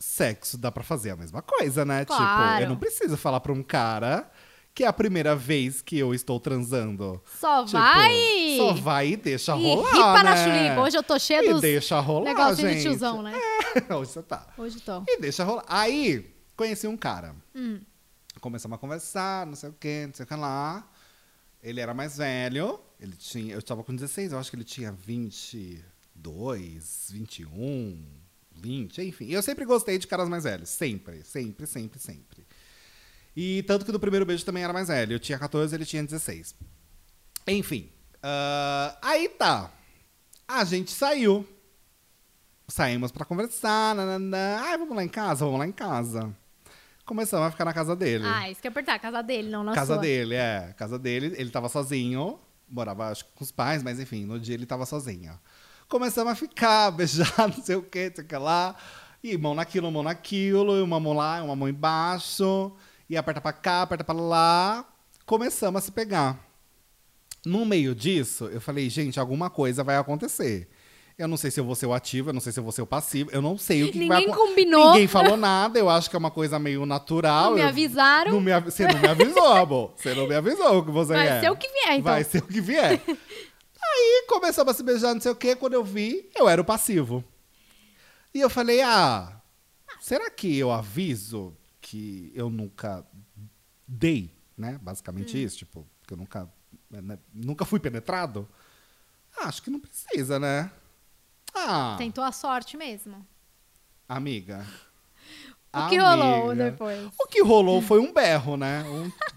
[SPEAKER 1] sexo dá pra fazer a mesma coisa, né? Tipo,
[SPEAKER 2] Claro.
[SPEAKER 1] eu não preciso falar pra um cara que é a primeira vez que eu estou transando.
[SPEAKER 2] Só
[SPEAKER 1] Tipo,
[SPEAKER 2] vai!
[SPEAKER 1] Só vai e deixa
[SPEAKER 2] e
[SPEAKER 1] rolar,
[SPEAKER 2] ripa na
[SPEAKER 1] né?
[SPEAKER 2] chulipa. Hoje eu tô cheia
[SPEAKER 1] E
[SPEAKER 2] dos
[SPEAKER 1] deixa rolar,
[SPEAKER 2] negocinho
[SPEAKER 1] gente.
[SPEAKER 2] de tiozão, né?
[SPEAKER 1] Hoje você tá.
[SPEAKER 2] Hoje tô.
[SPEAKER 1] E deixa rolar. Aí, conheci um cara. Começamos a conversar, não sei o que, não sei o que lá. Ele era mais velho. Ele tinha. Eu estava com 16, eu acho que ele tinha 22, 21, 20, um, enfim. Eu sempre gostei de caras mais velhos. Sempre, sempre, sempre, sempre. E tanto que do primeiro beijo também era mais velho. Eu tinha 14, ele tinha 16. Enfim. ah, aí tá. A gente saiu. Saímos pra conversar. Nananã. Ai, vamos lá em casa? Vamos lá em casa. Começamos a ficar na casa dele.
[SPEAKER 2] Ah, isso que eu ia apertar, casa dele, não na
[SPEAKER 1] casa
[SPEAKER 2] sua.
[SPEAKER 1] dele, é. Casa dele, ele tava sozinho. Morava, acho que com os pais, mas enfim, no dia ele tava sozinho. Começamos a ficar, beijar, não sei o que, não sei o que lá. E mão naquilo, mão naquilo, e uma mão lá, e uma mão embaixo. E aperta pra cá, aperta pra lá. Começamos a se pegar. No meio disso, eu falei, gente, alguma coisa vai acontecer. Eu não sei se eu vou ser o ativo, eu não sei se eu vou ser o passivo, eu não sei o que, que vai
[SPEAKER 2] Ninguém
[SPEAKER 1] acon-
[SPEAKER 2] combinou.
[SPEAKER 1] Ninguém falou nada, eu acho que é uma coisa meio natural.
[SPEAKER 2] Não me
[SPEAKER 1] eu-
[SPEAKER 2] avisaram.
[SPEAKER 1] não me av- Você não me avisou, amor. Você não me avisou o que você
[SPEAKER 2] Vai
[SPEAKER 1] é.
[SPEAKER 2] ser o que vier, então.
[SPEAKER 1] Vai ser o que vier. Aí começamos a se beijar, não sei o quê. Quando eu vi, eu era o passivo. E eu falei, ah, será que eu aviso que eu nunca dei, né?
[SPEAKER 2] Hum.
[SPEAKER 1] Basicamente isso, tipo, que eu nunca, né, nunca fui penetrado? Ah, acho que não precisa, né? Ah,
[SPEAKER 2] Tentou a sorte mesmo.
[SPEAKER 1] amiga.
[SPEAKER 2] O que rolou né? depois?
[SPEAKER 1] O que rolou foi um berro, né?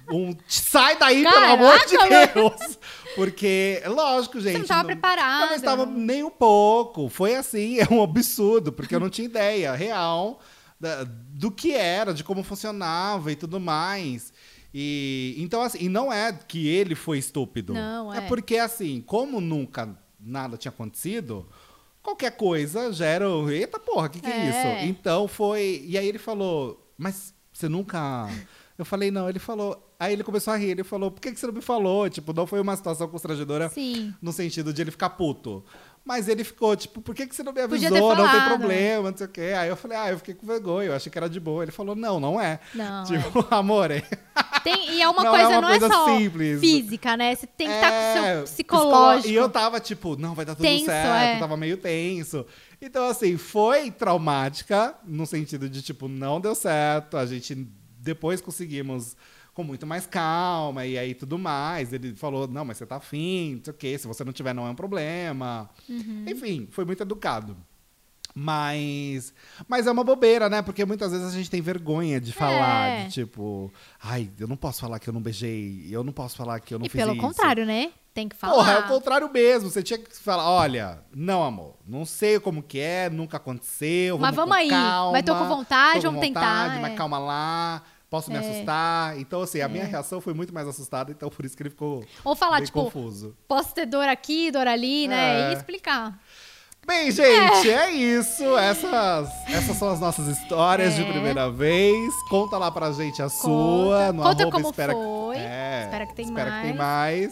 [SPEAKER 1] Um, um sai daí, pelo
[SPEAKER 2] Caraca,
[SPEAKER 1] amor de Deus! Porque, lógico, gente.
[SPEAKER 2] Você não tava preparada.
[SPEAKER 1] Eu não estava nem um pouco. Foi assim, é um absurdo, porque eu não tinha ideia real da- do que era, de como funcionava e tudo mais. E então assim, e não é que ele foi estúpido.
[SPEAKER 2] Não, é.
[SPEAKER 1] porque assim, como nunca nada tinha acontecido, qualquer coisa gera, o, eita porra, que que é
[SPEAKER 2] É.
[SPEAKER 1] isso? Então foi, e aí ele falou: "Mas você nunca Eu falei: "Não". Ele falou, aí ele começou a rir, ele falou: "Por que que você não me falou?" Tipo, não foi uma situação constrangedora
[SPEAKER 2] Sim.
[SPEAKER 1] no sentido de ele ficar puto. Mas ele ficou, tipo, por que, que você não me
[SPEAKER 2] Podia
[SPEAKER 1] avisou?
[SPEAKER 2] ter
[SPEAKER 1] Não tem
[SPEAKER 2] falado,
[SPEAKER 1] problema, não sei o quê. Aí eu falei, ah, eu fiquei com vergonha, eu achei que era de boa. Ele falou, não, não é.
[SPEAKER 2] Não,
[SPEAKER 1] tipo, amor, é-
[SPEAKER 2] tem- e é uma
[SPEAKER 1] Não é
[SPEAKER 2] coisa,
[SPEAKER 1] uma
[SPEAKER 2] não
[SPEAKER 1] coisa
[SPEAKER 2] é só
[SPEAKER 1] simples.
[SPEAKER 2] física, né? Você tem que estar com o
[SPEAKER 1] É,
[SPEAKER 2] seu psicológico.
[SPEAKER 1] psicolo- E eu tava tipo, não, vai dar tudo
[SPEAKER 2] Tenso,
[SPEAKER 1] certo.
[SPEAKER 2] é.
[SPEAKER 1] Tava meio tenso. Então, assim, foi traumática, no sentido de, tipo, não deu certo. A gente depois conseguimos com muito mais calma e aí tudo mais. Ele falou, não, mas você tá afim, não sei o quê. Se você não tiver, não é um problema.
[SPEAKER 2] Uhum.
[SPEAKER 1] Enfim, foi muito educado. Mas, mas é uma bobeira, né? Porque muitas vezes a gente tem vergonha de falar,
[SPEAKER 2] É.
[SPEAKER 1] de tipo, ai, eu não posso falar que eu não beijei, eu não posso falar que eu não
[SPEAKER 2] e
[SPEAKER 1] fiz
[SPEAKER 2] pelo
[SPEAKER 1] isso.
[SPEAKER 2] contrário, né? Tem que falar.
[SPEAKER 1] Porra, é o contrário mesmo. Você tinha que falar, olha, não, amor, não sei como que é, nunca aconteceu.
[SPEAKER 2] Mas
[SPEAKER 1] vamos
[SPEAKER 2] vamos
[SPEAKER 1] com
[SPEAKER 2] aí,
[SPEAKER 1] calma,
[SPEAKER 2] mas tô com vontade,
[SPEAKER 1] tô com vontade,
[SPEAKER 2] vamos tentar,
[SPEAKER 1] Mas
[SPEAKER 2] é.
[SPEAKER 1] calma lá, posso me
[SPEAKER 2] É.
[SPEAKER 1] assustar. Então, assim, a minha reação foi muito mais assustada, então por isso que ele ficou
[SPEAKER 2] Ou falar,
[SPEAKER 1] bem
[SPEAKER 2] tipo,
[SPEAKER 1] confuso.
[SPEAKER 2] posso ter dor aqui, dor ali, né?
[SPEAKER 1] É.
[SPEAKER 2] E explicar.
[SPEAKER 1] Bem, gente, é, isso. Essas, essas são as nossas histórias de
[SPEAKER 2] É.
[SPEAKER 1] primeira vez. Conta lá pra gente a sua. No
[SPEAKER 2] Conta
[SPEAKER 1] arroba,
[SPEAKER 2] como
[SPEAKER 1] espera
[SPEAKER 2] foi.
[SPEAKER 1] Que, é,
[SPEAKER 2] Espera que tem
[SPEAKER 1] espera que tem
[SPEAKER 2] mais.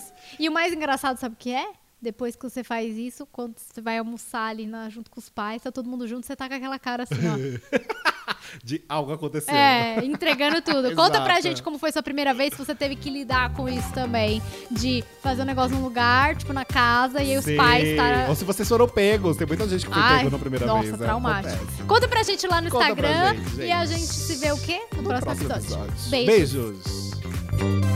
[SPEAKER 1] mais.
[SPEAKER 2] E o mais engraçado, sabe o que é? Depois que você faz isso, quando você vai almoçar ali na- junto com os pais, tá todo mundo junto, você tá com aquela cara assim, ó.
[SPEAKER 1] De algo aconteceu.
[SPEAKER 2] É, entregando tudo. Conta pra
[SPEAKER 1] Exato.
[SPEAKER 2] gente como foi sua primeira vez, se você teve que lidar com isso também. De fazer um negócio num lugar, tipo na casa, e aí os
[SPEAKER 1] Sim.
[SPEAKER 2] pais estarem.
[SPEAKER 1] Ou se vocês foram pegos, tem muita gente que foi
[SPEAKER 2] Ai,
[SPEAKER 1] pego na primeira
[SPEAKER 2] nossa,
[SPEAKER 1] vez. né?
[SPEAKER 2] traumático.
[SPEAKER 1] Acontece.
[SPEAKER 2] Conta pra gente lá no
[SPEAKER 1] Conta pra
[SPEAKER 2] Instagram
[SPEAKER 1] gente,
[SPEAKER 2] e a
[SPEAKER 1] gente.
[SPEAKER 2] gente se vê o quê? No, próximo, episódio.
[SPEAKER 1] episódio.
[SPEAKER 2] Beijo.
[SPEAKER 1] Beijos.